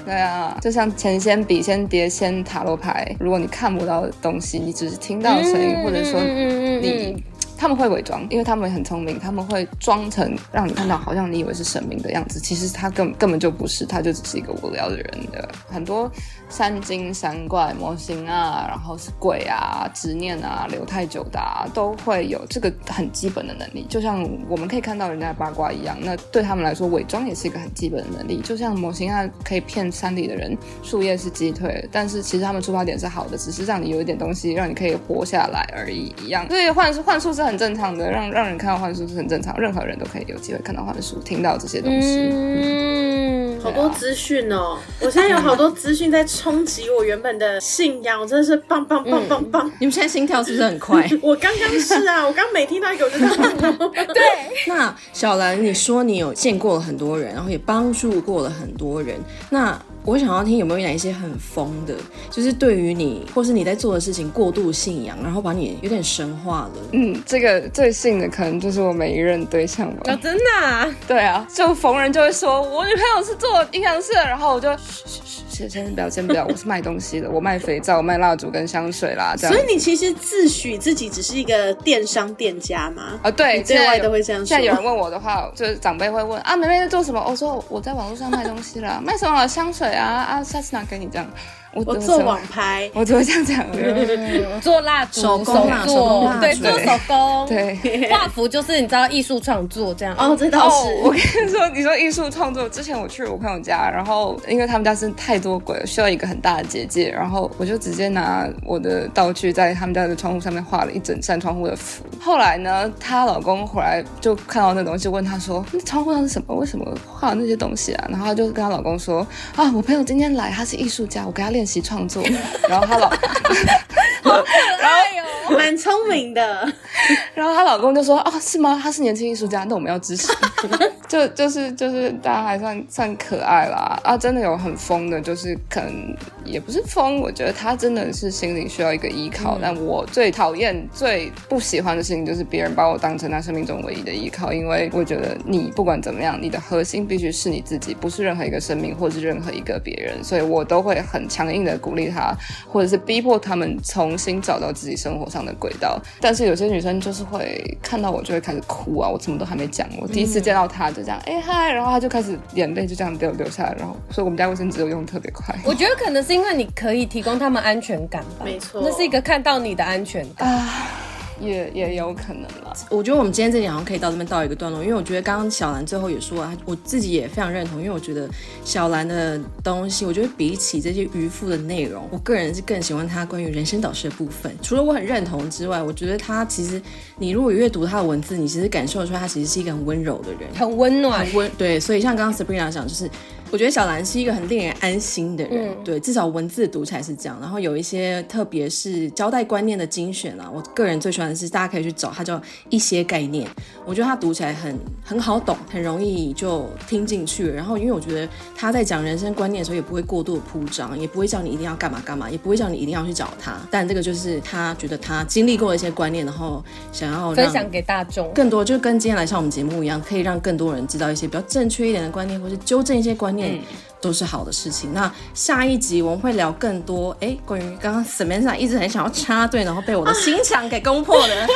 Speaker 5: 对啊，就像前先笔、先碟、先塔罗牌，如果你看不到的东西，你只是听到声音，或者说
Speaker 3: 嗯嗯嗯嗯
Speaker 5: 你。他们会伪装，因为他们很聪明，他们会装成让你看到好像你以为是神明的样子，其实他根根本就不是，他就只是一个无聊的人的。很多山精、山怪、魔形啊，然后是鬼啊、执念啊、留太久的啊，都会有这个很基本的能力。就像我们可以看到人家的八卦一样，那对他们来说，伪装也是一个很基本的能力。就像魔形啊，可以骗山里的人树叶是击退，但是其实他们出发点是好的，只是让你有一点东西，让你可以活下来而已一样。所以幻术幻术是很正常的，让让人看到幻术是很正常，任何人都可以有机会看到幻术，听到这些东西。
Speaker 3: 嗯，
Speaker 4: 好多资讯哦！我现在有好多资讯在冲击我原本的信仰，我真的是棒棒棒棒棒！
Speaker 1: 你们现在心跳是不是很 快？
Speaker 4: 我刚刚是啊，我刚每听到一个我就在对，
Speaker 1: 那小兰，你说你有见过了很多人，然后也帮助过了很多人，那。我想要听有没有哪一些很疯的，就是对于你或是你在做的事情过度信仰，然后把你有点神化了。
Speaker 5: 嗯，这个最信的可能就是我每一任对象吧。
Speaker 3: 哦，真的、啊，
Speaker 5: 对啊，就逢人就会说我女朋友是做阴阳师的，然后我就嘘嘘嘘先先不要，先不要，我是卖东西的，我卖肥皂、我卖蜡烛跟香水啦，这
Speaker 4: 所。
Speaker 5: 样
Speaker 4: 以你其实自诩自己只是一个电商店家吗？
Speaker 5: 啊，对，
Speaker 4: 对
Speaker 5: 现在
Speaker 4: 外
Speaker 5: 有
Speaker 4: 都会这样说
Speaker 5: 现在有人问我的话，就是长辈会问啊，妹妹在做什么？我说我在网络上卖东西啦， 卖什么香水啊啊，下次拿给你这样。我
Speaker 4: 我
Speaker 5: 我
Speaker 4: 做
Speaker 5: 只会
Speaker 4: 网，拍，
Speaker 5: 我只会这样讲。
Speaker 3: 做蜡烛、
Speaker 1: 手工啊手工蜡
Speaker 3: 做，
Speaker 1: 烛
Speaker 3: 对，做手工，
Speaker 5: 对，
Speaker 3: 画符就是你知道艺术创作这样。
Speaker 4: 哦，，这倒
Speaker 5: 哦
Speaker 4: 是，，
Speaker 5: 我跟你说，你说艺术创作，之前我去我朋友家，然后因为他们家是太多鬼了，需要一个很大的结界，然后我就直接拿我的道具在他们家的窗户上面画了一整扇窗户的符。后来呢，她老公回来就看到那东西，问她说：“那窗户上是什么？为什么画了那些东西啊？”然后她就跟她老公说：“啊，我朋友今天来，他是艺术家，我给他练习创作。”然后她老
Speaker 3: 哎 呦，
Speaker 4: 蛮聪明的。
Speaker 5: 然后她老公就说：“哦，是吗？她是年轻艺术家，那我们要支持。 就”就是就是大家还算算可爱啦啊！真的有很疯的，就是可能也不是疯，我觉得他真的是心里需要一个依靠。但我最讨厌、最不喜欢的事情就是别人把我当成他生命中唯一的依靠，因为我觉得你不管怎么样，你的核心必须是你自己，不是任何一个生命或是任何一个别人。所以我都会很强硬的鼓励他，或者是逼迫他们重新找到自己生活上的轨道。但是有些女生就是会看到我就会开始哭啊，我什么都还没讲，我第一次见到她就这样，哎、嗨，然后她就开始眼泪就这样流流下来，然后所以我们家卫生纸都用得特别快。
Speaker 3: 我觉得可能是因为你可以提供他们安全感吧，
Speaker 4: 没错
Speaker 3: 那是一个看到你的安全感。
Speaker 5: 也也有可能啦，
Speaker 1: 我觉得我们今天这里好像可以到这边到一个段落，因为我觉得刚刚小兰最后也说了，她我自己也非常认同，因为我觉得小兰的东西，我觉得比起这些渔夫的内容，我个人是更喜欢她关于人生导师的部分。除了我很认同之外，我觉得她其实，你如果阅读她的文字，你其实感受得出来，她其实是一个很温柔的人。
Speaker 3: 很温暖，
Speaker 1: 温对，所以像刚刚 Sabrina 讲，就是我觉得小兰是一个很令人安心的
Speaker 3: 嗯
Speaker 1: 人，对，至少文字读起来是这样。然后有一些特别是交代观念的精选啊，我个人最喜欢的是大家可以去找，它叫一些概念，我觉得它读起来很很好懂，很容易就听进去了。然后因为我觉得他在讲人生观念的时候，也不会过度的铺张，也不会叫你一定要干嘛干嘛，也不会叫你一定要去找他。但这个就是他觉得他经历过的一些观念，然后想要让
Speaker 3: 分享给大众。
Speaker 1: 更多就跟今天来上我们节目一样，可以让更多人知道一些比较正确一点的观念，或是纠正一些观念。都是好的事情。那下一集我们会聊更多，哎，关于刚刚 Samantha 一直很想要插队，然后被我的心肠给攻破的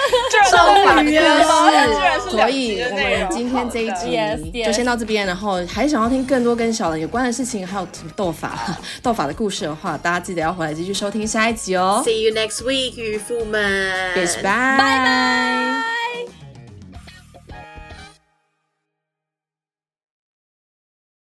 Speaker 1: 受法的故事。所以我们今天这一集
Speaker 3: Yes，yes
Speaker 1: 就先到这边，然后还想要听更多跟小兰有关的事情，还有斗法斗法的故事的话，大家记得要回来继续收听下一集哦。
Speaker 4: See you next week，渔夫们。
Speaker 1: Bitch，拜拜。